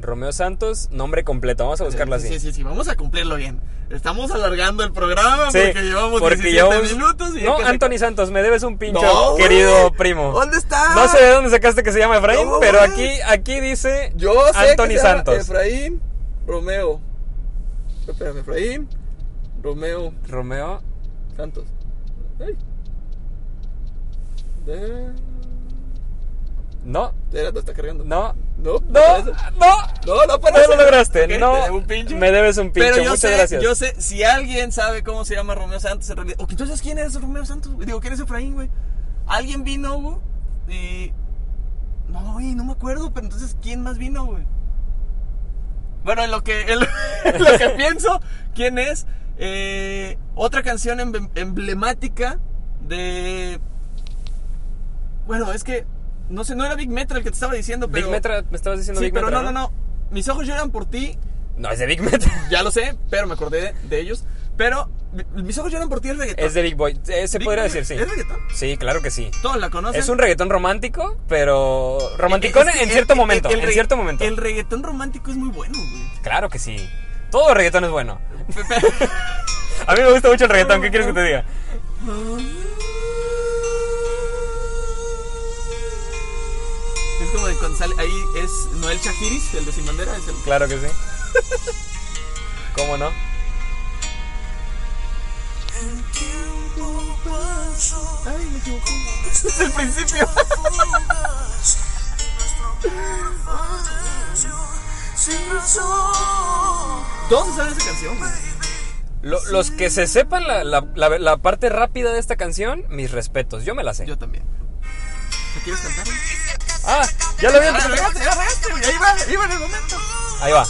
[SPEAKER 1] Romeo Santos, nombre completo. Vamos a buscarlo
[SPEAKER 2] sí,
[SPEAKER 1] así.
[SPEAKER 2] Sí, sí, sí. Vamos a cumplirlo bien. Estamos alargando el programa
[SPEAKER 1] Sí,
[SPEAKER 2] porque llevamos 17
[SPEAKER 1] llevamos-
[SPEAKER 2] minutos. Y hay
[SPEAKER 1] no,
[SPEAKER 2] que sacar-
[SPEAKER 1] Anthony Santos, me debes un pincho,
[SPEAKER 2] No, güey.
[SPEAKER 1] querido primo.
[SPEAKER 2] ¿Dónde está?
[SPEAKER 1] No sé de dónde sacaste que se llama Efraín,
[SPEAKER 2] No,
[SPEAKER 1] pero
[SPEAKER 2] güey.
[SPEAKER 1] aquí, aquí dice
[SPEAKER 2] Yo sé
[SPEAKER 1] Anthony
[SPEAKER 2] que se llama
[SPEAKER 1] Santos.
[SPEAKER 2] Efraín Romeo. Espérame, Efraín Romeo
[SPEAKER 1] Romeo
[SPEAKER 2] Santos. Ay. De...
[SPEAKER 1] No,
[SPEAKER 2] Espera, te está cargando.
[SPEAKER 1] no,
[SPEAKER 2] no,
[SPEAKER 1] no,
[SPEAKER 2] parece.
[SPEAKER 1] no.
[SPEAKER 2] no, no
[SPEAKER 1] No
[SPEAKER 2] parece.
[SPEAKER 1] lo lograste,
[SPEAKER 2] Ok,
[SPEAKER 1] no.
[SPEAKER 2] te debo un pincho.
[SPEAKER 1] Me debes un pincho,
[SPEAKER 2] Pero yo
[SPEAKER 1] muchas
[SPEAKER 2] sé,
[SPEAKER 1] gracias.
[SPEAKER 2] yo sé, si alguien sabe cómo se llama Romeo Santos en realidad. O que entonces, ¿quién es Romeo Santos? güey? Digo, ¿quién es Efraín, güey? Alguien vino, güey. Y. No, güey, no me acuerdo, pero entonces, ¿quién más vino, güey? Bueno, en lo que, en lo, en lo que pienso, ¿quién es? Eh, otra canción em- emblemática de. Bueno, es que. No sé, no era Big Metra el que te estaba diciendo, pero.
[SPEAKER 1] Big Metra, me estabas diciendo
[SPEAKER 2] Sí,
[SPEAKER 1] Big
[SPEAKER 2] pero
[SPEAKER 1] Metra.
[SPEAKER 2] no, no, no. Mis ojos lloran por ti,
[SPEAKER 1] no. No, es de Big Metra.
[SPEAKER 2] ya lo sé, pero me acordé de, de ellos. Pero mi- mis ojos lloran por ti el reggaetón.
[SPEAKER 1] Es de Big Boy. Eh, se
[SPEAKER 2] Big
[SPEAKER 1] podría
[SPEAKER 2] Boy,
[SPEAKER 1] decir, sí.
[SPEAKER 2] ¿Es reggaetón?
[SPEAKER 1] Sí, claro que sí.
[SPEAKER 2] Todos la conocen.
[SPEAKER 1] Es un reggaetón romántico, pero. Romanticón
[SPEAKER 2] Es que
[SPEAKER 1] en
[SPEAKER 2] el-
[SPEAKER 1] cierto
[SPEAKER 2] el-
[SPEAKER 1] momento.
[SPEAKER 2] el
[SPEAKER 1] en
[SPEAKER 2] regga-
[SPEAKER 1] cierto momento.
[SPEAKER 2] El reggaetón romántico es muy bueno, güey.
[SPEAKER 1] Claro que sí. Todo reggaetón es bueno.
[SPEAKER 2] Pepe-
[SPEAKER 1] A mí me gusta mucho el reggaetón. ¿Qué quieres que te diga?
[SPEAKER 2] Es como de cuando sale. Ahí es Noel Shahiris, el de Sin Bandera. Es el...
[SPEAKER 1] Claro que sí. ¿Cómo no?
[SPEAKER 2] Ay, me equivoqué. Es el principio. Todos saben esa canción, güey.
[SPEAKER 1] Lo- los que se sepan la, la- la- la parte rápida de esta canción, mis respetos. Yo me la sé.
[SPEAKER 2] Yo también. ¿Me quieres cantar?
[SPEAKER 1] Ah, ya lo había
[SPEAKER 2] Ah, regaste, ya regaste, güey. Ahí va, iba en el momento.
[SPEAKER 1] Ahí va.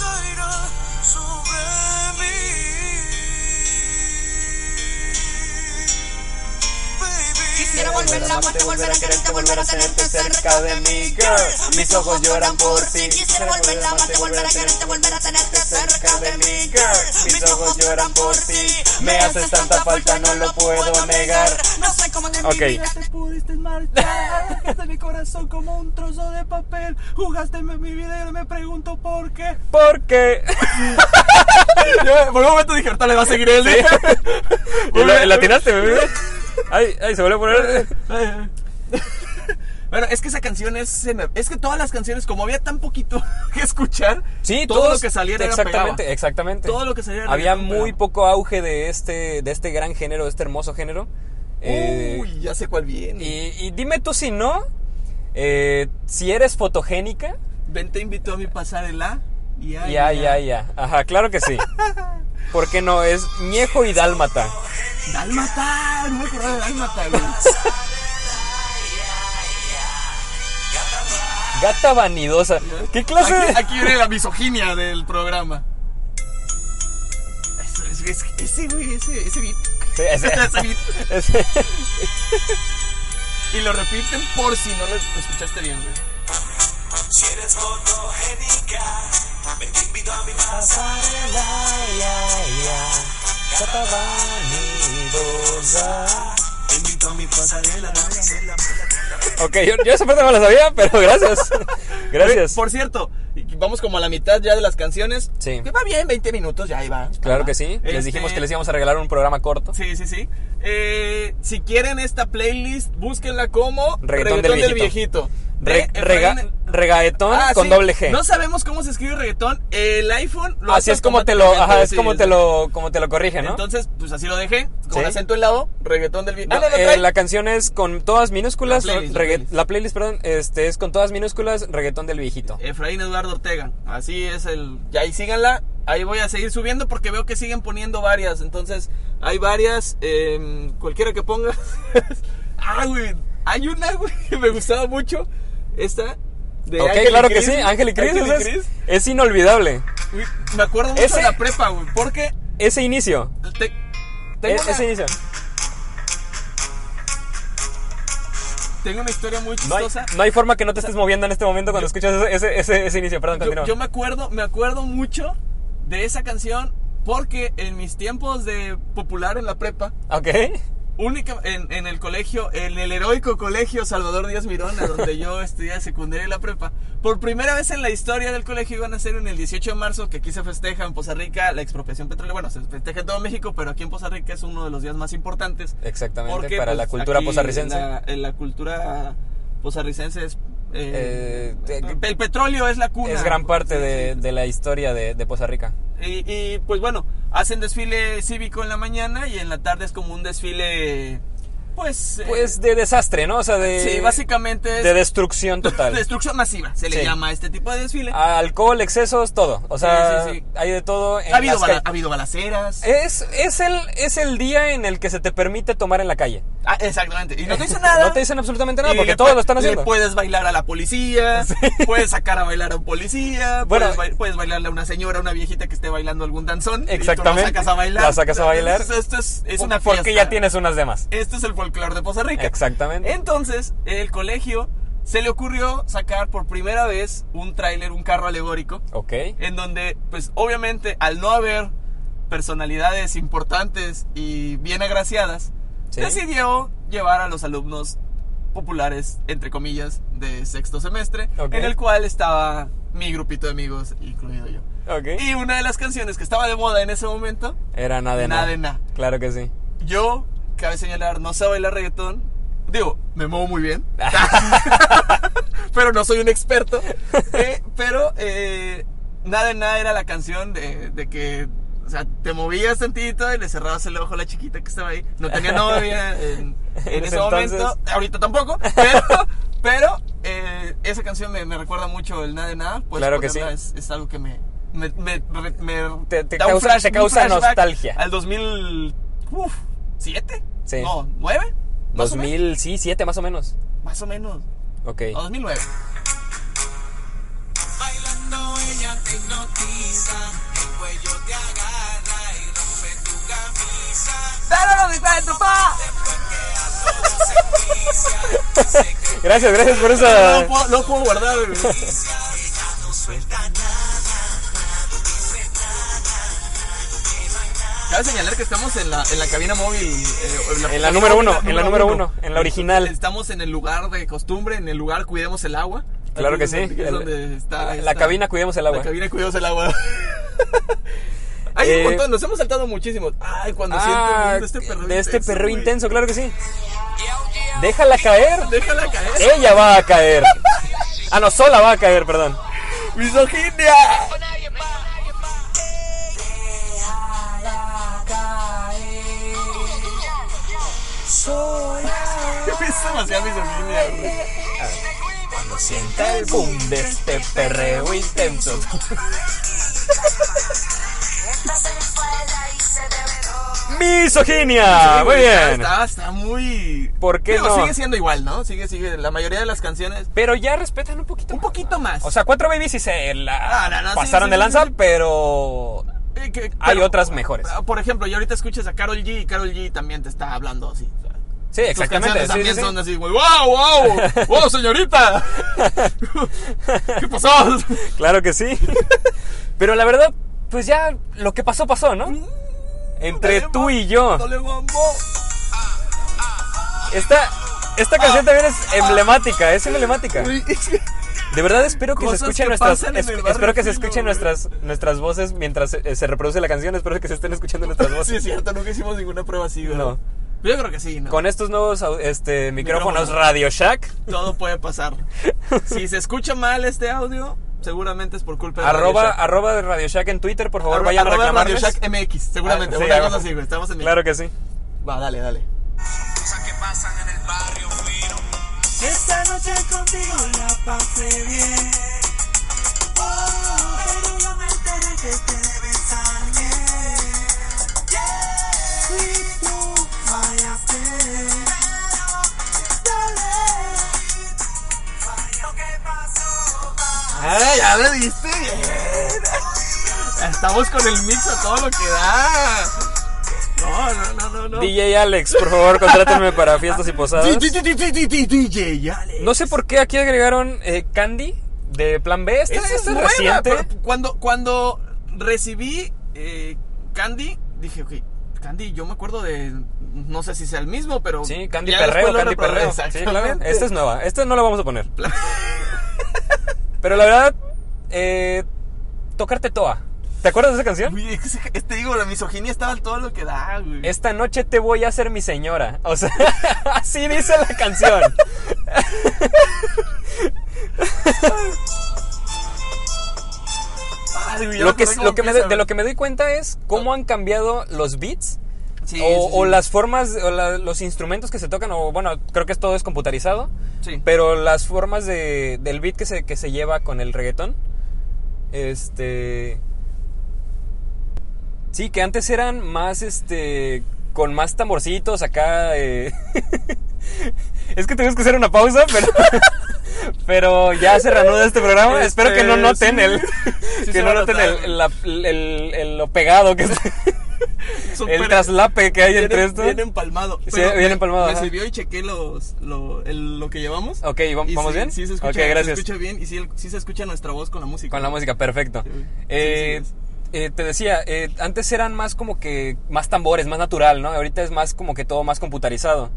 [SPEAKER 4] Quisiera volver la vuelta, volver a quererte, volver a tenerte cerca de mí, girl. Mis ojos lloran por ti. Quisiera volver la vuelta, volver a quererte, volver a tenerte cerca de mí, girl. Mis ojos lloran por ti. Me haces tanta falta, no lo puedo negar. No sé cómo te
[SPEAKER 1] Ok.
[SPEAKER 2] Te pudiste marchar, dejaste mi corazón como un trozo de papel. Jugaste mi mi vida y ahora me pregunto por qué.
[SPEAKER 1] Porque.
[SPEAKER 2] Yo, por un momento dije, ahorita le va a seguir él. ¿eh?
[SPEAKER 1] ¿La, la atinaste, bebé? Ay, ay, se volvió a poner.
[SPEAKER 2] Bueno, es que esa canción es. se me- Es que todas las canciones, como había tan poquito que escuchar,
[SPEAKER 1] Sí,
[SPEAKER 2] todo
[SPEAKER 1] todos-
[SPEAKER 2] lo que saliera era
[SPEAKER 1] exactamente,
[SPEAKER 2] pegaba.
[SPEAKER 1] exactamente.
[SPEAKER 2] Todo lo que saliera era
[SPEAKER 1] Había
[SPEAKER 2] reggaetón
[SPEAKER 1] muy
[SPEAKER 2] pegaba.
[SPEAKER 1] poco auge de este de este gran género, de este hermoso género. Eh,
[SPEAKER 2] Uy, ya sé cuál viene.
[SPEAKER 1] y, y dime tú si no, eh, si eres fotogénica,
[SPEAKER 2] Ven, te invito a mi pasarela. Y ay,
[SPEAKER 1] ya,
[SPEAKER 2] y
[SPEAKER 1] ya,
[SPEAKER 2] ay.
[SPEAKER 1] ya. Ajá, claro que sí. ¿Por qué no? Es Ñejo y Dálmata.
[SPEAKER 2] Dálmata, no me acordaba de Dálmata, güey.
[SPEAKER 1] Gata vanidosa. ¿Qué clase de-
[SPEAKER 2] Aquí, aquí viene la misoginia del programa. Eso, es- es- ese, güey, ese, ese beat.
[SPEAKER 1] Sí, ese-
[SPEAKER 2] Ese beat.
[SPEAKER 1] ese-
[SPEAKER 2] Y lo repiten por si no lo escuchaste bien, güey.
[SPEAKER 1] Ok, yo, yo esa parte no la sabía, pero gracias. Gracias.
[SPEAKER 2] Por cierto, vamos como a la mitad ya de las canciones.
[SPEAKER 1] Sí.
[SPEAKER 2] Que va bien, 20 minutos, ya ahí va.
[SPEAKER 1] Claro que sí.
[SPEAKER 2] Este-
[SPEAKER 1] Les dijimos que les íbamos a regalar un programa corto.
[SPEAKER 2] Sí, sí, sí. Eh, si quieren esta playlist, búsquenla como
[SPEAKER 1] Reggaetón del Viejito.
[SPEAKER 2] de
[SPEAKER 1] Re- rega-
[SPEAKER 2] Efraín-
[SPEAKER 1] regaetón
[SPEAKER 2] Eh, Ah,
[SPEAKER 1] con
[SPEAKER 2] sí.
[SPEAKER 1] doble G.
[SPEAKER 2] No sabemos cómo se escribe reggaetón. El iPhone lo
[SPEAKER 1] Así
[SPEAKER 2] hace
[SPEAKER 1] es como te lo,
[SPEAKER 2] automáticamente,
[SPEAKER 1] ajá, es
[SPEAKER 2] sí,
[SPEAKER 1] como te
[SPEAKER 2] sí.
[SPEAKER 1] lo, como te lo corrige, ¿no?
[SPEAKER 2] Entonces, pues así lo dejé. Con
[SPEAKER 1] Sí.
[SPEAKER 2] el acento en lado, reggaetón del Ah, viejito.
[SPEAKER 1] No, eh, la canción es con todas minúsculas,
[SPEAKER 2] La playlist,
[SPEAKER 1] regga-
[SPEAKER 2] la playlist.
[SPEAKER 1] la playlist, perdón, este es con todas minúsculas, reggaetón del viejito.
[SPEAKER 2] Efraín Eduardo Ortega. Así es el. Y ahí síganla. Ahí voy a seguir subiendo porque veo que siguen poniendo varias. Entonces, hay varias. eh, cualquiera que pongas. ah, güey. Hay una, güey, que me gustaba mucho. Esta. De
[SPEAKER 1] ok,
[SPEAKER 2] Ángel y
[SPEAKER 1] claro que
[SPEAKER 2] Cris.
[SPEAKER 1] sí, Ángel y Cris,
[SPEAKER 2] Ángel
[SPEAKER 1] o sea, es,
[SPEAKER 2] Cris.
[SPEAKER 1] es inolvidable.
[SPEAKER 2] Güey, Me acuerdo mucho
[SPEAKER 1] Ese-
[SPEAKER 2] de la prepa, güey. Porque.
[SPEAKER 1] Ese inicio,
[SPEAKER 2] te-
[SPEAKER 1] e-
[SPEAKER 2] tengo, una,
[SPEAKER 1] ese inicio.
[SPEAKER 2] tengo una historia muy
[SPEAKER 1] No hay,
[SPEAKER 2] chistosa.
[SPEAKER 1] no hay forma que no te estés moviendo en este momento cuando escuchas ese, ese, ese- ese inicio, perdón,
[SPEAKER 2] yo,
[SPEAKER 1] continúa.
[SPEAKER 2] yo me acuerdo, me acuerdo mucho de esa canción porque en mis tiempos de popular en la prepa,
[SPEAKER 1] Ok.
[SPEAKER 2] única en, en el colegio, en el heroico colegio Salvador Díaz Mirona, donde yo estudié secundaria y la prepa, por primera vez en la historia del colegio iban a hacer en el 18 de marzo, que aquí se festeja en Poza Rica la expropiación petrolera. Bueno, se festeja en todo México, pero aquí en Poza Rica es uno de los días más importantes.
[SPEAKER 1] Exactamente,
[SPEAKER 2] Porque,
[SPEAKER 1] para
[SPEAKER 2] pues,
[SPEAKER 1] la cultura
[SPEAKER 2] aquí
[SPEAKER 1] posarricense.
[SPEAKER 2] La, en la cultura posarricense es. eh,
[SPEAKER 1] Eh, te-
[SPEAKER 2] el petróleo es la cuna.
[SPEAKER 1] Es gran parte
[SPEAKER 2] Sí,
[SPEAKER 1] de, de la historia de, de Poza Rica.
[SPEAKER 2] Y, y, pues bueno, hacen desfile cívico en la mañana y en la tarde es como un desfile, pues... eh,
[SPEAKER 1] Pues de desastre, ¿no? O sea, de,
[SPEAKER 2] sí, básicamente es
[SPEAKER 1] de destrucción total.
[SPEAKER 2] destrucción masiva, se le
[SPEAKER 1] Sí. Ah,
[SPEAKER 2] llama a este tipo de desfile. Ha,
[SPEAKER 1] Alcohol, excesos, todo. O sea,
[SPEAKER 2] Sí, sí, sí.
[SPEAKER 1] hay de todo. En
[SPEAKER 2] habido
[SPEAKER 1] las Eh,
[SPEAKER 2] bala-
[SPEAKER 1] calles.
[SPEAKER 2] ha habido balaceras.
[SPEAKER 1] es, es, el, es el día en el que se te permite tomar en la calle.
[SPEAKER 2] Ah, exactamente. Y no te dicen nada.
[SPEAKER 1] No te dicen absolutamente nada
[SPEAKER 2] Y
[SPEAKER 1] porque
[SPEAKER 2] le
[SPEAKER 1] todos
[SPEAKER 2] pue-
[SPEAKER 1] lo están
[SPEAKER 2] le
[SPEAKER 1] haciendo.
[SPEAKER 2] puedes bailar a la policía, puedes sacar a bailar a un policía,
[SPEAKER 1] Bueno,
[SPEAKER 2] puedes, ba- puedes bailarle a una señora, a una viejita que esté bailando algún danzón. Y tú
[SPEAKER 1] Exactamente.
[SPEAKER 2] la sacas a bailar.
[SPEAKER 1] La sacas a bailar.
[SPEAKER 2] Entonces, esto es, es una fiesta.
[SPEAKER 1] porque ya tienes unas demás.
[SPEAKER 2] Esto es el folclore de Poza Rica.
[SPEAKER 1] Exactamente.
[SPEAKER 2] Entonces, el colegio se le ocurrió sacar por primera vez un tráiler, un carro alegórico,
[SPEAKER 1] Ok.
[SPEAKER 2] en donde, pues obviamente, al no haber personalidades importantes y bien agraciadas,
[SPEAKER 1] Sí.
[SPEAKER 2] decidió llevar a los alumnos populares, entre comillas, de sexto semestre,
[SPEAKER 1] Ok.
[SPEAKER 2] en el cual estaba mi grupito de amigos, incluido yo.
[SPEAKER 1] Ok.
[SPEAKER 2] Y una de las canciones que estaba de moda en ese momento,
[SPEAKER 1] Era nada de
[SPEAKER 2] Nada
[SPEAKER 1] nada.
[SPEAKER 2] de nada.
[SPEAKER 1] Claro que sí.
[SPEAKER 2] yo, cabe señalar, no sé bailar reggaetón. Digo, me muevo muy bien. pero no soy un experto. Eh, pero eh, nada de nada era la canción de, de que. O sea, te movías tantito y le cerrabas el ojo a la chiquita que estaba ahí. No tenía novia en, en
[SPEAKER 1] En
[SPEAKER 2] ese
[SPEAKER 1] ese entonces.
[SPEAKER 2] momento. Ahorita tampoco. Pero, pero eh, esa canción me, me recuerda mucho el nada de nada. Pues
[SPEAKER 1] Claro que
[SPEAKER 2] ponerla Es, es algo que me. me- me- me-
[SPEAKER 1] Te- te
[SPEAKER 2] da un
[SPEAKER 1] causa- te
[SPEAKER 2] un
[SPEAKER 1] causa
[SPEAKER 2] flashback
[SPEAKER 1] nostalgia.
[SPEAKER 2] Al 2000. Uf, ¿Siete?
[SPEAKER 1] Sí.
[SPEAKER 2] No, ¿nueve? Más o menos. Oh.
[SPEAKER 1] 2000, sí, 7 más o menos.
[SPEAKER 2] Más o menos.
[SPEAKER 1] Ok.
[SPEAKER 2] O 2009. Bailando ella te hipnotiza, el cuello te agarra y rompe tu camisa. Pero no me cuento, pa.
[SPEAKER 1] Gracias, gracias por
[SPEAKER 2] No, pues,
[SPEAKER 1] esa.
[SPEAKER 2] lo puedo, no lo puedo guardar, güey. Cabe señalar que estamos en la, en la cabina móvil. eh,
[SPEAKER 1] En la número uno, en la número uno, en la original.
[SPEAKER 2] Estamos en el lugar de costumbre, en el lugar cuidemos el agua.
[SPEAKER 1] Claro
[SPEAKER 2] Aquí
[SPEAKER 1] que
[SPEAKER 2] es
[SPEAKER 1] sí.
[SPEAKER 2] donde- es
[SPEAKER 1] El-
[SPEAKER 2] donde está-
[SPEAKER 1] la,
[SPEAKER 2] está-
[SPEAKER 1] cabina, cuidemos el agua.
[SPEAKER 2] La cabina cuidemos el agua. Hay
[SPEAKER 1] Eh,
[SPEAKER 2] un montón, nos hemos saltado muchísimo. Ay, cuando
[SPEAKER 1] Ah,
[SPEAKER 2] siento el mundo, este perro
[SPEAKER 1] de este perro
[SPEAKER 2] güey.
[SPEAKER 1] intenso, claro que sí. Déjala caer.
[SPEAKER 2] Déjala caer.
[SPEAKER 1] Ella va a caer. Ah, no, sola va a caer, perdón.
[SPEAKER 2] ¡Misoginia! Es demasiada misoginia, güey.
[SPEAKER 1] Sienta el boom de este perreo intenso. Misoginia. Ah, Muy bien.
[SPEAKER 2] Está, está muy.
[SPEAKER 1] ¿Por qué
[SPEAKER 2] Digo,
[SPEAKER 1] no?
[SPEAKER 2] Sigue siendo igual, ¿no? Sigue, sigue. La mayoría de las canciones.
[SPEAKER 1] Pero ya respetan un poquito.
[SPEAKER 2] Un
[SPEAKER 1] más.
[SPEAKER 2] poquito más.
[SPEAKER 1] O sea, cuatro babies sí se la
[SPEAKER 2] Ah, no, no, sí,
[SPEAKER 1] pasaron
[SPEAKER 2] sí,
[SPEAKER 1] de
[SPEAKER 2] sí,
[SPEAKER 1] lanza,
[SPEAKER 2] sí.
[SPEAKER 1] pero
[SPEAKER 2] Eh, que-
[SPEAKER 1] hay
[SPEAKER 2] pero- ah,
[SPEAKER 1] otras mejores.
[SPEAKER 2] Por ejemplo, y ahorita escuchas a Carol G y Carol G también te está hablando así. o sea,
[SPEAKER 1] Sí,
[SPEAKER 2] sus
[SPEAKER 1] exactamente.
[SPEAKER 2] canciones
[SPEAKER 1] sí,
[SPEAKER 2] también
[SPEAKER 1] sí, sí.
[SPEAKER 2] son así, güey. ¡Wow, wow! ¡Wow, señorita! ¿Qué pasó?
[SPEAKER 1] Claro que sí. Pero la verdad, pues ya lo que pasó, pasó, ¿no? Entre tú y yo.
[SPEAKER 2] Mm. Dale, mambo.
[SPEAKER 1] Esta, esta canción también es emblemática, es emblemática.
[SPEAKER 2] Güey, Ah. es que-
[SPEAKER 1] De verdad espero que se
[SPEAKER 2] Cosas
[SPEAKER 1] escuchen
[SPEAKER 2] que
[SPEAKER 1] nuestras
[SPEAKER 2] pasan en
[SPEAKER 1] es-
[SPEAKER 2] el barrio
[SPEAKER 1] espero que
[SPEAKER 2] fino,
[SPEAKER 1] se
[SPEAKER 2] güey.
[SPEAKER 1] escuchen nuestras nuestras voces mientras eh, se reproduce la canción, espero que se estén escuchando nuestras
[SPEAKER 2] Sí,
[SPEAKER 1] voces.
[SPEAKER 2] es cierto, nunca hicimos ninguna prueba así, güey.
[SPEAKER 1] No.
[SPEAKER 2] Yo creo que sí, ¿no?
[SPEAKER 1] Con estos nuevos au- este, micrófonos
[SPEAKER 2] Micrófonos.
[SPEAKER 1] Radio Shack,
[SPEAKER 2] Todo puede pasar. si se escucha mal este audio, seguramente es por culpa de Radio
[SPEAKER 1] arroba,
[SPEAKER 2] Shack.
[SPEAKER 1] arroba de Radio Shack en Twitter, por favor,
[SPEAKER 2] Arroba-
[SPEAKER 1] vayan a
[SPEAKER 2] arroba Radio
[SPEAKER 1] reclamarles.
[SPEAKER 2] Shack MX, seguramente.
[SPEAKER 1] Ah, sí,
[SPEAKER 2] una
[SPEAKER 1] arroba.
[SPEAKER 2] cosa así, güey. Estamos en
[SPEAKER 1] Claro que sí.
[SPEAKER 2] Va, dale, dale.
[SPEAKER 3] Cosas que pasan en el barrio fino.
[SPEAKER 4] Esta noche contigo la pasé bien. Oh, pero yo me enteré que te desañé. Yeah. Y tú fallaste. Dale.
[SPEAKER 3] Lo que pasó,
[SPEAKER 2] ¡Ay, ya lo viste! Estamos con el mix a todo lo que da. No, no, no, no, no.
[SPEAKER 1] DJ Alex, por favor, contrátenme para fiestas y posadas.
[SPEAKER 2] DJ, Ale.
[SPEAKER 1] No sé por qué aquí agregaron eh, Candy de Plan B. Esta,
[SPEAKER 2] Esa es
[SPEAKER 1] esta es este
[SPEAKER 2] nueva,
[SPEAKER 1] reciente.
[SPEAKER 2] pero Cuando, cuando recibí eh, Candy, dije, ok, Candy, yo me acuerdo de. No sé si sea el mismo, pero.
[SPEAKER 1] Sí, Candy
[SPEAKER 2] ya
[SPEAKER 1] Perreo,
[SPEAKER 2] después lo
[SPEAKER 1] Candy
[SPEAKER 2] reprobé.
[SPEAKER 1] Perreo. Sí,
[SPEAKER 2] Exactamente.
[SPEAKER 1] claro. Esta es nueva. Esta no la vamos a poner. Pero la verdad, eh, tocarte toa. ¿Te acuerdas de esa canción?
[SPEAKER 2] Uy, es que te digo, la misoginia estaba en todo lo que da, güey.
[SPEAKER 1] Esta noche te voy a hacer mi señora. O sea, así dice la canción.
[SPEAKER 2] Ay, güey, ya
[SPEAKER 1] Lo
[SPEAKER 2] me
[SPEAKER 1] que,
[SPEAKER 2] acordé
[SPEAKER 1] lo que me,
[SPEAKER 2] cómo
[SPEAKER 1] de de lo que me doy cuenta es cómo han cambiado los beats
[SPEAKER 2] empieza, güey. Sí,
[SPEAKER 1] o,
[SPEAKER 2] sí,
[SPEAKER 1] o
[SPEAKER 2] sí.
[SPEAKER 1] las formas, o la- los instrumentos que se tocan, o bueno, creo que es todo es computarizado,
[SPEAKER 2] Sí.
[SPEAKER 1] pero las formas de, del beat que se, que se lleva con el reggaetón, este... Sí, que antes eran más, este, con más tamborcitos acá... eh. es que tenemos que hacer una pausa, pero... Pero ya se reanuda este programa.
[SPEAKER 2] Este,
[SPEAKER 1] Espero que no noten
[SPEAKER 2] sí.
[SPEAKER 1] el.
[SPEAKER 2] Sí
[SPEAKER 1] que
[SPEAKER 2] se
[SPEAKER 1] no
[SPEAKER 2] va a
[SPEAKER 1] noten
[SPEAKER 2] notar.
[SPEAKER 1] el, la- el- el- lo pegado que está.
[SPEAKER 2] Súper-
[SPEAKER 1] El traslape que hay
[SPEAKER 2] viene-
[SPEAKER 1] entre esto.
[SPEAKER 2] Viene empalmado.
[SPEAKER 1] Sí,
[SPEAKER 2] Pero
[SPEAKER 1] viene
[SPEAKER 2] me-
[SPEAKER 1] empalmado,
[SPEAKER 2] Me
[SPEAKER 1] ajá.
[SPEAKER 2] sirvió y chequé los, lo, el- lo que llevamos.
[SPEAKER 1] Ok, ¿vam-
[SPEAKER 2] Y
[SPEAKER 1] ¿vamos
[SPEAKER 2] sí,
[SPEAKER 1] bien?
[SPEAKER 2] Sí, se escucha,
[SPEAKER 1] Ok,
[SPEAKER 2] se
[SPEAKER 1] gracias.
[SPEAKER 2] escucha bien y sí, el- sí se escucha nuestra voz con la música.
[SPEAKER 1] Con la música, perfecto.
[SPEAKER 2] Sí, güey.
[SPEAKER 1] Eh,
[SPEAKER 2] Sí, sí,
[SPEAKER 1] eh, te decía, eh, antes eran más como que. Más tambores, más natural, ¿no? Ahorita es más como que todo más computarizado.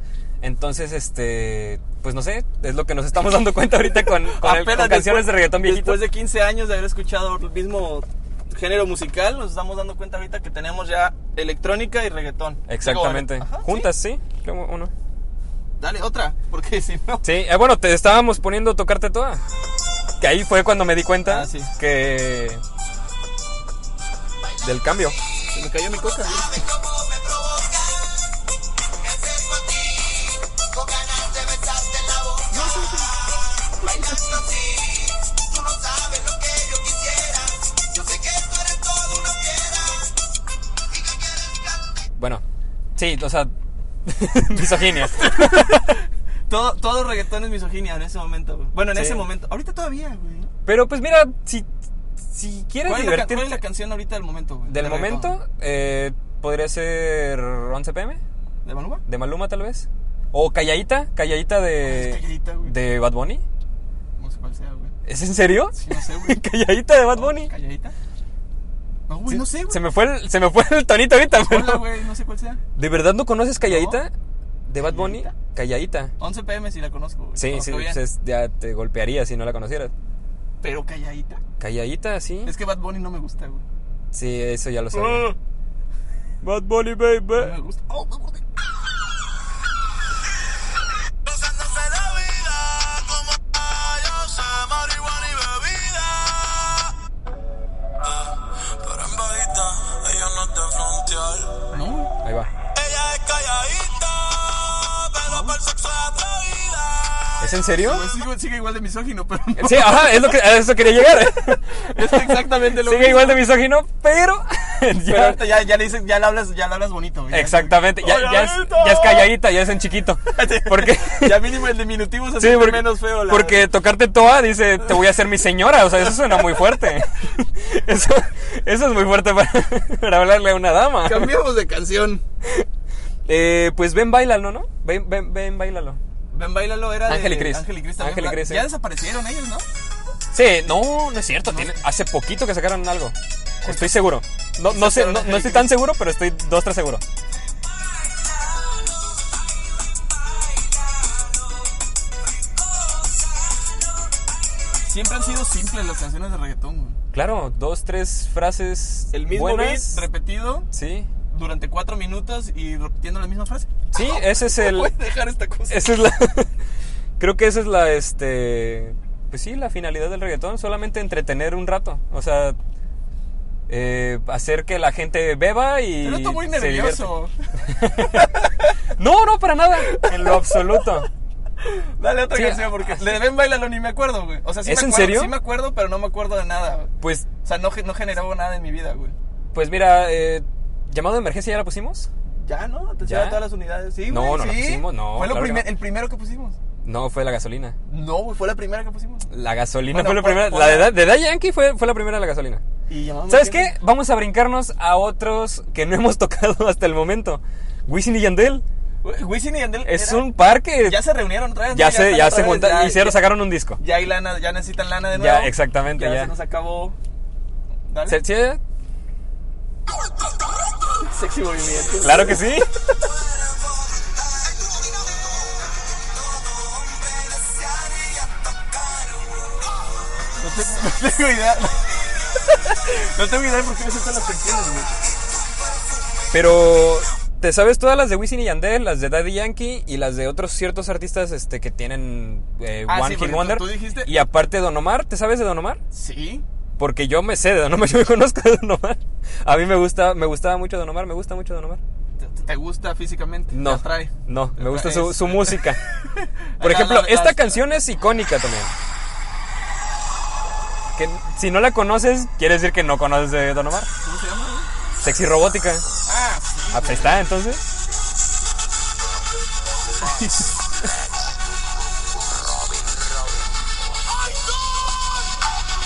[SPEAKER 1] Entonces, este. Pues no sé, es lo que nos estamos dando cuenta ahorita con, con, el- con
[SPEAKER 2] Apenas
[SPEAKER 1] canciones de reggaetón viejito.
[SPEAKER 2] Después de 15 años de haber escuchado el mismo género musical, nos estamos dando cuenta ahorita que tenemos ya electrónica y reggaetón.
[SPEAKER 1] Exactamente.
[SPEAKER 2] Digo, ajá, sí.
[SPEAKER 1] Juntas, sí. Creo Uno.
[SPEAKER 2] Dale, otra, porque si no...
[SPEAKER 1] Sí, eh, bueno, te estábamos poniendo tocarte toda. Que ahí fue cuando me di cuenta
[SPEAKER 2] Ah, sí.
[SPEAKER 1] que. Del cambio.
[SPEAKER 2] Se me cayó mi coca. güey.
[SPEAKER 1] Bueno, sí, o sea. misoginia.
[SPEAKER 2] Todo, todo reggaetón es misoginia en ese momento, güey. Bueno, en
[SPEAKER 1] Sí.
[SPEAKER 2] ese momento. Ahorita todavía, güey.
[SPEAKER 1] Pero pues mira, si, si quieres
[SPEAKER 2] ¿Cuál es, la, ca-
[SPEAKER 1] divertirte.
[SPEAKER 2] cuál es la canción ahorita del momento, güey?
[SPEAKER 1] Del
[SPEAKER 2] De
[SPEAKER 1] momento,
[SPEAKER 2] reggaetón.
[SPEAKER 1] eh, podría ser 11 pm
[SPEAKER 2] ¿De Maluma?
[SPEAKER 1] de Maluma, tal vez. O Calladita, Calladita de.
[SPEAKER 2] Ah, es Calladita, güey?
[SPEAKER 1] de Bad Bunny.
[SPEAKER 2] No sé cuál sea, güey.
[SPEAKER 1] ¿Es en serio?
[SPEAKER 2] Sí, no sé, güey.
[SPEAKER 1] Calladita de Bad Bunny.
[SPEAKER 2] ¿Calladita? No, güey,
[SPEAKER 1] Sí,
[SPEAKER 2] no sé, güey.
[SPEAKER 1] Se me fue el, se me fue el tonito ahorita, pero-
[SPEAKER 2] Hola, güey, no sé cuál sea.
[SPEAKER 1] ¿De verdad no conoces Calladita? ¿De Bad Bunny?
[SPEAKER 2] ¿Calladita?
[SPEAKER 1] Calladita.
[SPEAKER 2] 11 pm si la conozco, güey.
[SPEAKER 1] Sí,
[SPEAKER 2] Conozco
[SPEAKER 1] sí,
[SPEAKER 2] bien.
[SPEAKER 1] pues es- ya te golpearía si no la conocieras.
[SPEAKER 2] Pero calladita.
[SPEAKER 1] Calladita, sí.
[SPEAKER 2] Es Ah. que Bad Bunny no me gusta, güey.
[SPEAKER 1] Sí, eso ya lo sabía. Bad Bunny, baby.
[SPEAKER 2] No me gusta. Oh, me gusta.
[SPEAKER 3] Gozándose la vida como yo sé marihuana y bebida. Ah, pero en bajita, ella no te frontear.
[SPEAKER 2] No, güey.
[SPEAKER 1] Ahí va.
[SPEAKER 3] Ella es calladita, pero por sexo es atrevida.
[SPEAKER 1] ¿Es en serio?
[SPEAKER 2] Pues sigo- sigue igual de misógino, pero. no.
[SPEAKER 1] Sí, ajá, es lo que, a eso quería llegar.
[SPEAKER 2] Es exactamente lo
[SPEAKER 1] Sigue
[SPEAKER 2] mismo.
[SPEAKER 1] igual de misógino, pero.
[SPEAKER 2] Pero
[SPEAKER 1] ya,
[SPEAKER 2] ahorita ya, ya le dices, ya le hablas, ya le hablas bonito, güey. Ya-
[SPEAKER 1] exactamente, ya, ya es,
[SPEAKER 2] ¡Calladita!
[SPEAKER 1] ya es calladita, ya es en chiquito. Porque.
[SPEAKER 2] Ya mínimo el diminutivo se
[SPEAKER 1] Sí,
[SPEAKER 2] siente
[SPEAKER 1] porque,
[SPEAKER 2] menos feo, la
[SPEAKER 1] porque tocarte toa dice, te voy a hacer mi señora. O sea, eso suena muy fuerte. Eso, eso es muy fuerte para, para hablarle a una dama.
[SPEAKER 2] Cambiamos de canción.
[SPEAKER 1] Eh, pues ven, bailalo, ¿no? Ven, ven, ven, bailalo.
[SPEAKER 2] Ven, bailalo era
[SPEAKER 1] Ángel
[SPEAKER 2] de
[SPEAKER 1] y Cris.
[SPEAKER 2] Ángel y Cris.
[SPEAKER 1] Ángel y
[SPEAKER 2] también, ¿verdad?
[SPEAKER 1] Cris, sí.
[SPEAKER 2] Ya desaparecieron ellos, ¿no?
[SPEAKER 1] Sí, no, no es cierto. tiene- hace poquito que sacaron algo. Estoy seguro. No, no, sé, no, no estoy tan seguro, pero estoy dos, tres seguro.
[SPEAKER 2] Siempre han sido simples las canciones de reggaetón, güey.
[SPEAKER 1] Claro, dos, tres frases.
[SPEAKER 2] El mismo
[SPEAKER 1] buenas.
[SPEAKER 2] beat repetido
[SPEAKER 1] Sí.
[SPEAKER 2] durante cuatro minutos y repitiendo la misma frase.
[SPEAKER 1] Sí, ese es el.
[SPEAKER 2] Puedes dejar esta cosa.
[SPEAKER 1] Esa es la. creo que esa es la, este. Pues sí, la finalidad del reggaetón, solamente entretener un rato. O sea, eh, hacer que la gente beba y.
[SPEAKER 2] Pero estoy muy
[SPEAKER 1] se
[SPEAKER 2] nervioso.
[SPEAKER 1] divierta. No, no, para nada. En lo absoluto.
[SPEAKER 2] Dale otra
[SPEAKER 1] Sí,
[SPEAKER 2] canción porque ah, le ven bailalo ni me acuerdo, güey. O sea, sí
[SPEAKER 1] ¿Es
[SPEAKER 2] me
[SPEAKER 1] en
[SPEAKER 2] acuerdo,
[SPEAKER 1] serio?
[SPEAKER 2] sí me acuerdo, pero no me acuerdo de nada. güey.
[SPEAKER 1] Pues,
[SPEAKER 2] O sea, no, ge- no generó nada en mi vida, güey.
[SPEAKER 1] pues mira, eh, llamado de emergencia ya la pusimos.
[SPEAKER 2] Ya, ¿no? Te
[SPEAKER 1] ¿Ya?
[SPEAKER 2] llevan todas las unidades. Sí,
[SPEAKER 1] No,
[SPEAKER 2] güey,
[SPEAKER 1] no la
[SPEAKER 2] sí.
[SPEAKER 1] pusimos, no,
[SPEAKER 2] Fue lo
[SPEAKER 1] claro que
[SPEAKER 2] primer-
[SPEAKER 1] no.
[SPEAKER 2] el primero que pusimos.
[SPEAKER 1] No, fue la gasolina.
[SPEAKER 2] No, güey, fue la primera que pusimos.
[SPEAKER 1] La gasolina
[SPEAKER 2] Bueno,
[SPEAKER 1] fue la
[SPEAKER 2] pon-
[SPEAKER 1] primera.
[SPEAKER 2] pon
[SPEAKER 1] La de,
[SPEAKER 2] la-
[SPEAKER 1] Da- de Da Yankee fue, fue la primera la gasolina.
[SPEAKER 2] Y llamamos
[SPEAKER 1] ¿Sabes
[SPEAKER 2] a-
[SPEAKER 1] qué? Vamos a brincarnos a otros que no hemos tocado hasta el momento. Wisin y Yandel.
[SPEAKER 2] Güey, Wisin y Yandel
[SPEAKER 1] Es
[SPEAKER 2] era-
[SPEAKER 1] un parque.
[SPEAKER 2] Ya se reunieron otra vez.
[SPEAKER 1] Ya
[SPEAKER 2] ¿no?
[SPEAKER 1] se,
[SPEAKER 2] están
[SPEAKER 1] ya
[SPEAKER 2] otra
[SPEAKER 1] se
[SPEAKER 2] vez,
[SPEAKER 1] juntaron,
[SPEAKER 2] ya-
[SPEAKER 1] hicieron,
[SPEAKER 2] ya-
[SPEAKER 1] sacaron un disco.
[SPEAKER 2] Ya hay lana, ya necesitan lana de
[SPEAKER 1] Ya,
[SPEAKER 2] nuevo.
[SPEAKER 1] exactamente, ya.
[SPEAKER 2] se nos acabó. Dale.
[SPEAKER 1] Se- sí, eh,
[SPEAKER 2] Sexy movimiento.
[SPEAKER 1] Claro que sí.
[SPEAKER 2] No, te- no tengo idea. No tengo idea de por qué me saltan las canciones, güey.
[SPEAKER 1] Pero te sabes todas las de Wisin y Yandel, las de Daddy Yankee y las de otros ciertos artistas este que tienen eh,
[SPEAKER 2] Ah,
[SPEAKER 1] One
[SPEAKER 2] sí,
[SPEAKER 1] Hit
[SPEAKER 2] porque tú-
[SPEAKER 1] Wonder.
[SPEAKER 2] tú dijiste-
[SPEAKER 1] Y aparte Don Omar, ¿te sabes de Don Omar?
[SPEAKER 2] Sí.
[SPEAKER 1] Porque yo me sé de Don Omar, yo me conozco de Don Omar. A mí me gusta, me gustaba mucho Don Omar, me gusta mucho Don Omar.
[SPEAKER 2] ¿Te, te gusta físicamente?
[SPEAKER 1] No,
[SPEAKER 2] ¿Te atrae?
[SPEAKER 1] no,
[SPEAKER 2] ¿Te
[SPEAKER 1] me gusta
[SPEAKER 2] atrae?
[SPEAKER 1] su, su música. Por
[SPEAKER 2] Acá
[SPEAKER 1] ejemplo,
[SPEAKER 2] la-
[SPEAKER 1] esta
[SPEAKER 2] las-
[SPEAKER 1] canción es icónica también. Que si no la conoces, quiere decir que no conoces de Don Omar.
[SPEAKER 2] ¿Cómo se llama? güey?
[SPEAKER 1] Sexy robótica.
[SPEAKER 2] Ah, sí.
[SPEAKER 1] Ah, pues ahí está, entonces.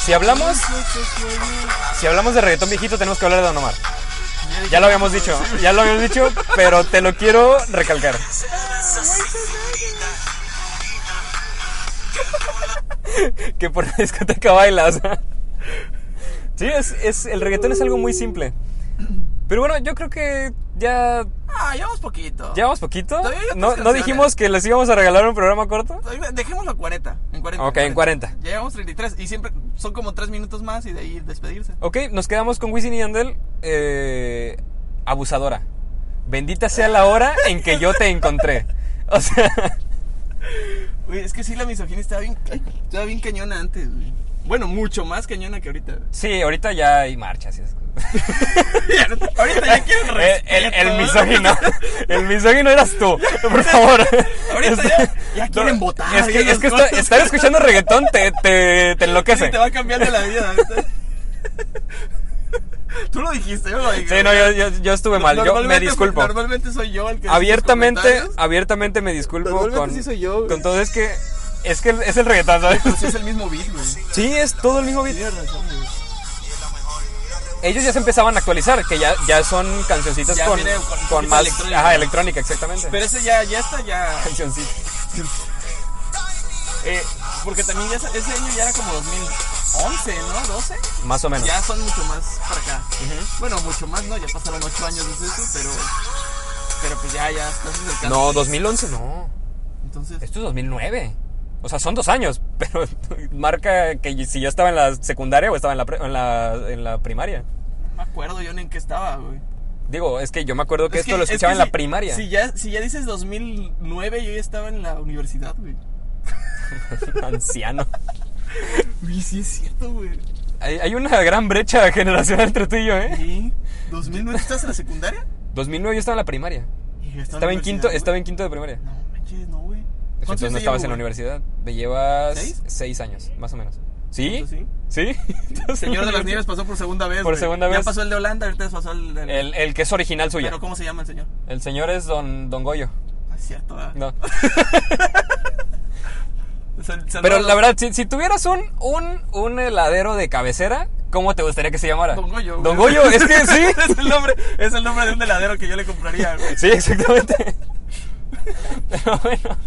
[SPEAKER 1] Si hablamos, si hablamos de reggaetón viejito, tenemos que hablar de Don Omar. Ya lo habíamos dicho, ya lo habíamos dicho, pero te lo quiero recalcar. que por la discoteca bailas. sí, es, es- el reggaetón es algo muy simple. Pero bueno, yo creo que ya
[SPEAKER 2] Ah, llevamos poquito.
[SPEAKER 1] llevamos poquito.
[SPEAKER 2] Todavía hay otras
[SPEAKER 1] No, no
[SPEAKER 2] canciones.
[SPEAKER 1] dijimos que les íbamos a regalar un programa corto.
[SPEAKER 2] Dejémoslo a 40. En 40.
[SPEAKER 1] Ok, en 40.
[SPEAKER 2] Ya Llevamos 33 y siempre son como 3 minutos más y de ahí despedirse.
[SPEAKER 1] Ok, nos quedamos con Wisin y Yandel. eh, abusadora. Bendita sea la hora en que yo te encontré. O sea,
[SPEAKER 2] Güey, es que sí, la misoginia estaba bien, ca- estaba bien cañona antes, güey. Bueno, mucho más cañona que ahorita.
[SPEAKER 1] sí, ahorita ya hay marchas. y esas cosas.
[SPEAKER 2] ahorita ya quieren
[SPEAKER 1] El, Eh, el-
[SPEAKER 2] respeto.
[SPEAKER 1] el misógino. El misógino eras tú. Por favor.
[SPEAKER 2] Ahorita ya- ya quieren votar,
[SPEAKER 1] Es que,
[SPEAKER 2] ya
[SPEAKER 1] es que
[SPEAKER 2] las
[SPEAKER 1] esta-
[SPEAKER 2] cosas.
[SPEAKER 1] estar escuchando reggaetón te, te, te enloquece.
[SPEAKER 2] Sí, te va cambiando la vida. ahorita. Tú lo dijiste, yo lo dije.
[SPEAKER 1] Sí, no, yo, yo- yo estuve mal. Yo me
[SPEAKER 2] Normalmente- pues,
[SPEAKER 1] disculpo.
[SPEAKER 2] Normalmente soy yo el que. hace los
[SPEAKER 1] Abiertamente,
[SPEAKER 2] comentarios,
[SPEAKER 1] abiertamente me disculpo
[SPEAKER 2] Normalmente
[SPEAKER 1] con,
[SPEAKER 2] sí soy yo, güey.
[SPEAKER 1] con todo. Es que es, que es el
[SPEAKER 2] Pues
[SPEAKER 1] reggaetón, ¿sabes?
[SPEAKER 2] Pero sí es el mismo beat, güey.
[SPEAKER 1] Sí, es todo el mismo beat.
[SPEAKER 2] Tienes razón, güey.
[SPEAKER 3] Y es la mejor.
[SPEAKER 1] ellos ya se empezaban a actualizar, que ya, ya son cancioncitas
[SPEAKER 2] Ya
[SPEAKER 1] con,
[SPEAKER 2] viene con un
[SPEAKER 1] con
[SPEAKER 2] poquito
[SPEAKER 1] más
[SPEAKER 2] electrónica.
[SPEAKER 1] Ajá, electrónica, exactamente.
[SPEAKER 2] Pero ese ya, ya está, ya.
[SPEAKER 1] Cancioncita.
[SPEAKER 2] eh, porque también ya, ese año ya era como 2011, ¿no? 12.
[SPEAKER 1] Más o menos.
[SPEAKER 2] Ya son mucho más para acá. Bueno, mucho más, ¿no? Ya pasaron 8 años desde eso, pero. Pero pues ya, ya estás acercando.
[SPEAKER 1] No, 2011 no.
[SPEAKER 2] Entonces.
[SPEAKER 1] Esto es 2009. O sea, son dos años, pero marca que si yo estaba en la secundaria o estaba en la, pre- en la, en la primaria.
[SPEAKER 2] No me acuerdo yo ni en qué estaba, güey.
[SPEAKER 1] Digo, es que yo me acuerdo que
[SPEAKER 2] Es
[SPEAKER 1] esto
[SPEAKER 2] que-
[SPEAKER 1] lo
[SPEAKER 2] es
[SPEAKER 1] escuchaba
[SPEAKER 2] que
[SPEAKER 1] en la
[SPEAKER 2] si-
[SPEAKER 1] primaria.
[SPEAKER 2] Si ya, si ya dices 2009, yo ya estaba en la universidad, güey.
[SPEAKER 1] Anciano.
[SPEAKER 2] Uy, sí es cierto, güey.
[SPEAKER 1] Hay, hay una gran brecha generacional entre tú y yo, ¿eh?
[SPEAKER 2] ¿Y? ¿2009 estás en la secundaria?
[SPEAKER 1] 2009 yo estaba en la primaria.
[SPEAKER 2] Y yo
[SPEAKER 1] Estaba en quinto, estaba
[SPEAKER 2] estaba
[SPEAKER 1] en quinto de primaria.
[SPEAKER 2] No, manches, no, güey.
[SPEAKER 1] Entonces
[SPEAKER 2] ¿Cuántos
[SPEAKER 1] no
[SPEAKER 2] te
[SPEAKER 1] estabas
[SPEAKER 2] llevo,
[SPEAKER 1] en la
[SPEAKER 2] güey?
[SPEAKER 1] universidad. Me llevas
[SPEAKER 2] ¿Seis?
[SPEAKER 1] ¿Seis? años, más o menos. ¿Sí?
[SPEAKER 2] Entonces,
[SPEAKER 1] ¿Sí? Entonces,
[SPEAKER 2] Señor de las
[SPEAKER 1] el-
[SPEAKER 2] Nieves pasó por segunda vez.
[SPEAKER 1] Por
[SPEAKER 2] güey.
[SPEAKER 1] segunda
[SPEAKER 2] Ya
[SPEAKER 1] vez.
[SPEAKER 2] pasó el de Holanda, ahorita pasó el. el-
[SPEAKER 1] El, el que es original suyo.
[SPEAKER 2] Pero ¿cómo se llama el señor?
[SPEAKER 1] El señor es don, don Goyo.
[SPEAKER 2] Ah, es cierto, ¿verdad?
[SPEAKER 1] No.
[SPEAKER 2] Sal- saludos
[SPEAKER 1] Pero
[SPEAKER 2] a
[SPEAKER 1] la verdad, si, si tuvieras un, un, un heladero de cabecera, ¿cómo te gustaría que se llamara?
[SPEAKER 2] Don Goyo. güey.
[SPEAKER 1] Don Goyo, es que sí.
[SPEAKER 2] es, el nombre, es el nombre de un heladero que yo le compraría, güey.
[SPEAKER 1] Sí, exactamente. Pero bueno.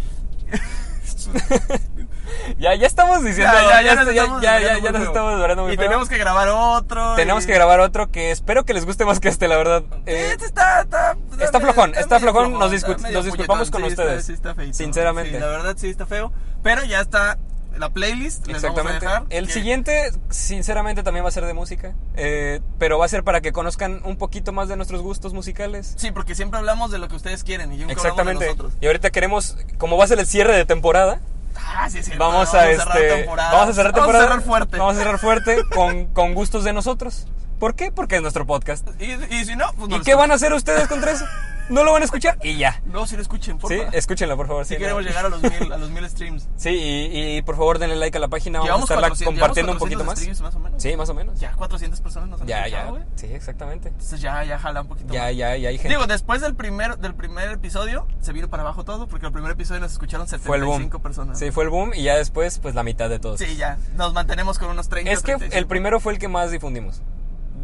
[SPEAKER 1] ya, ya estamos diciendo.
[SPEAKER 2] Ya, ya, ya,
[SPEAKER 1] ya,
[SPEAKER 2] nos estamos
[SPEAKER 1] ya,
[SPEAKER 2] desviando
[SPEAKER 1] ya, ya
[SPEAKER 2] muy
[SPEAKER 1] nos
[SPEAKER 2] feo.
[SPEAKER 1] estamos durando muy
[SPEAKER 2] Y
[SPEAKER 1] feo.
[SPEAKER 2] tenemos que grabar otro.
[SPEAKER 1] Tenemos
[SPEAKER 2] y-
[SPEAKER 1] que grabar otro que espero que les guste más que este, la verdad. Eh,
[SPEAKER 2] Este está, está,
[SPEAKER 1] está flojón, está
[SPEAKER 2] medio
[SPEAKER 1] flojón, nos
[SPEAKER 2] está
[SPEAKER 1] discu-
[SPEAKER 2] medio
[SPEAKER 1] nos disculpamos
[SPEAKER 2] puñetón,
[SPEAKER 1] con
[SPEAKER 2] sí, está-
[SPEAKER 1] ustedes,
[SPEAKER 2] sí está feito.
[SPEAKER 1] sinceramente.
[SPEAKER 2] Sí, la verdad sí está feo. Pero ya está la playlist. Les
[SPEAKER 1] Exactamente.
[SPEAKER 2] Vamos a dejar
[SPEAKER 1] El
[SPEAKER 2] que-
[SPEAKER 1] siguiente, sinceramente, también va a ser de música. eh, pero va a ser para que conozcan un poquito más de nuestros gustos musicales.
[SPEAKER 2] Sí, porque siempre hablamos de lo que ustedes quieren y yo
[SPEAKER 1] Exactamente.
[SPEAKER 2] de nosotros.
[SPEAKER 1] Y ahorita queremos, como va a ser el cierre de temporada,
[SPEAKER 2] Ah, sí, es cierto,
[SPEAKER 1] vamos, a,
[SPEAKER 2] cerrar
[SPEAKER 1] este,
[SPEAKER 2] temporada.
[SPEAKER 1] vamos a cerrar temporada.
[SPEAKER 2] Vamos a cerrar fuerte.
[SPEAKER 1] Vamos a cerrar fuerte con, con gustos de nosotros. ¿Por qué? Porque es nuestro podcast.
[SPEAKER 2] Y, y si no, pues no
[SPEAKER 1] ¿Y
[SPEAKER 2] lo
[SPEAKER 1] qué
[SPEAKER 2] escuchen.
[SPEAKER 1] van a hacer ustedes contra eso? No lo van a escuchar y ya.
[SPEAKER 2] No, si lo escuchen, por
[SPEAKER 1] Sí,
[SPEAKER 2] favor.
[SPEAKER 1] escúchenlo, por favor.
[SPEAKER 2] Si
[SPEAKER 1] sí,
[SPEAKER 2] queremos
[SPEAKER 1] no.
[SPEAKER 2] llegar a los mil, a los mil streams.
[SPEAKER 1] Sí, y, y por favor denle like a la página.
[SPEAKER 2] Llevamos
[SPEAKER 1] Vamos a estarla
[SPEAKER 2] 400,
[SPEAKER 1] compartiendo un
[SPEAKER 2] llevamos 400 streams,
[SPEAKER 1] poquito más.
[SPEAKER 2] más o menos.
[SPEAKER 1] Sí, más o menos.
[SPEAKER 2] Ya 400 personas nos han
[SPEAKER 1] Ya,
[SPEAKER 2] escuchado,
[SPEAKER 1] ya.
[SPEAKER 2] güey.
[SPEAKER 1] Sí, exactamente.
[SPEAKER 2] Entonces ya, ya jala un poquito
[SPEAKER 1] Ya,
[SPEAKER 2] más.
[SPEAKER 1] ya, ya hay gente.
[SPEAKER 2] Digo, después del primer, del primer episodio se vino para abajo todo porque el primer episodio nos escucharon
[SPEAKER 1] fue el boom.
[SPEAKER 2] 75 personas.
[SPEAKER 1] Sí, fue el boom y ya después, pues la mitad de todos.
[SPEAKER 2] Sí, ya. Nos mantenemos con unos 30.
[SPEAKER 1] Es que
[SPEAKER 2] 35.
[SPEAKER 1] el primero fue el que más difundimos.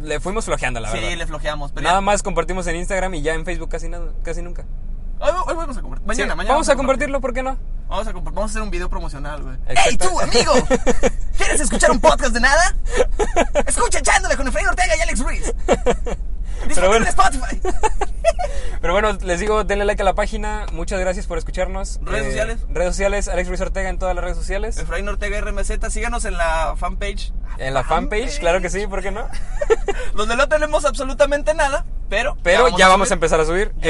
[SPEAKER 1] Le fuimos flojeando, la verdad.
[SPEAKER 2] Sí, le flojeamos. Pero
[SPEAKER 1] Nada
[SPEAKER 2] ya-
[SPEAKER 1] más compartimos en Instagram y ya en Facebook casi nada, casi nunca.
[SPEAKER 2] Hoy, hoy vamos a compartir. Mañana,
[SPEAKER 1] Sí,
[SPEAKER 2] mañana.
[SPEAKER 1] vamos a compartirlo, ¿por qué no?
[SPEAKER 2] compartir. Vamos a compar- Vamos a hacer un video promocional, güey.
[SPEAKER 1] Exacto.
[SPEAKER 4] ¡Ey tú, amigo! ¿Quieres escuchar un podcast de nada? Escucha echándole con Efraín Ortega y Alex Ruiz. Pero
[SPEAKER 1] bueno.
[SPEAKER 4] en Spotify.
[SPEAKER 1] Pero bueno, les digo, denle like a la página. Muchas gracias por escucharnos. Eh,
[SPEAKER 2] ¿Redes sociales?
[SPEAKER 1] Redes sociales, Alex Ruiz Ortega en todas las redes sociales.
[SPEAKER 2] Efraín Ortega RMZ, síganos en la fanpage.
[SPEAKER 1] En la fanpage, claro que sí, ¿por qué no?
[SPEAKER 2] Donde no tenemos absolutamente nada, pero.
[SPEAKER 1] Pero ya vamos a
[SPEAKER 2] subir.
[SPEAKER 1] empezar a subir.
[SPEAKER 2] Ya vamos a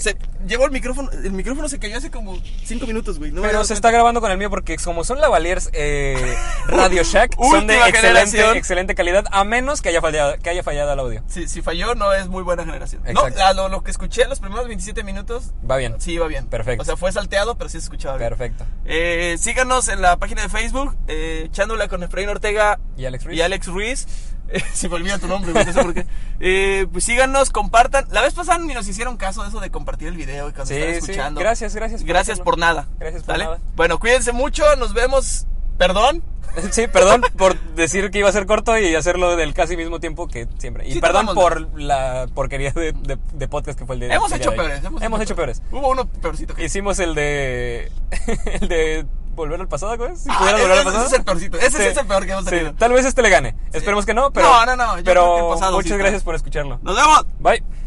[SPEAKER 2] subir. Se- llevo el micrófono. El micrófono se cayó hace como 5 minutos, güey. no me había
[SPEAKER 1] Pero
[SPEAKER 2] dado
[SPEAKER 1] se
[SPEAKER 2] cuenta.
[SPEAKER 1] está grabando con el mío porque como son Lavaliers eh, Radio Shack, son de
[SPEAKER 2] Última
[SPEAKER 1] excelente,
[SPEAKER 2] generación.
[SPEAKER 1] excelente calidad, a menos que haya fallado, que haya fallado el audio.
[SPEAKER 2] Si, si falló, no es muy buena generación.
[SPEAKER 1] Exacto.
[SPEAKER 2] No, a lo, lo que escuché los primeros 27 minutos,
[SPEAKER 1] Va bien.
[SPEAKER 2] sí iba bien.
[SPEAKER 1] Perfecto.
[SPEAKER 2] O sea, fue salteado, pero sí se escuchaba bien.
[SPEAKER 1] Perfecto.
[SPEAKER 2] Eh, síganos en la página de Facebook, eh, Chándula con Efraín Ortega
[SPEAKER 1] Y Alex Ruiz.
[SPEAKER 2] Y Alex Ruiz. Eh, se me olvida tu nombre, güey, no sé por qué. Eh, pues síganos, compartan. La vez pasada ni nos hicieron caso de eso de compartir el video y cuando
[SPEAKER 1] Sí,
[SPEAKER 2] están
[SPEAKER 1] sí.
[SPEAKER 2] escuchando.
[SPEAKER 1] Gracias, gracias por
[SPEAKER 2] Gracias
[SPEAKER 1] hacerlo.
[SPEAKER 2] por nada.
[SPEAKER 1] Gracias por nada.
[SPEAKER 2] Bueno, cuídense mucho, nos vemos. Perdón.
[SPEAKER 1] Sí, perdón por decir que iba a ser corto y hacerlo del casi mismo tiempo que siempre. Y
[SPEAKER 2] Sí,
[SPEAKER 1] perdón
[SPEAKER 2] tratamos de-
[SPEAKER 1] por la porquería de, de- de podcast que fue el de.
[SPEAKER 2] Hemos
[SPEAKER 1] el día
[SPEAKER 2] hecho
[SPEAKER 1] de hoy.
[SPEAKER 2] peores.
[SPEAKER 1] Hemos, hecho peores.
[SPEAKER 2] Hubo uno peorcito que
[SPEAKER 1] Hicimos el de. El de. Volver al pasado, ¿cómo es? Si
[SPEAKER 2] Ah,
[SPEAKER 1] pudiera volver
[SPEAKER 2] ese-
[SPEAKER 1] al
[SPEAKER 2] ese
[SPEAKER 1] pasado.
[SPEAKER 2] es el peorcito. Ese sí es el peor que hemos
[SPEAKER 1] sí.
[SPEAKER 2] tenido.
[SPEAKER 1] Tal vez este le gane. Esperemos que no, pero.
[SPEAKER 2] No, no, no, yo creo que el
[SPEAKER 1] Pero
[SPEAKER 2] pasado sí
[SPEAKER 1] muchas
[SPEAKER 2] está.
[SPEAKER 1] gracias por escucharlo.
[SPEAKER 2] ¡Nos vemos!
[SPEAKER 1] Bye.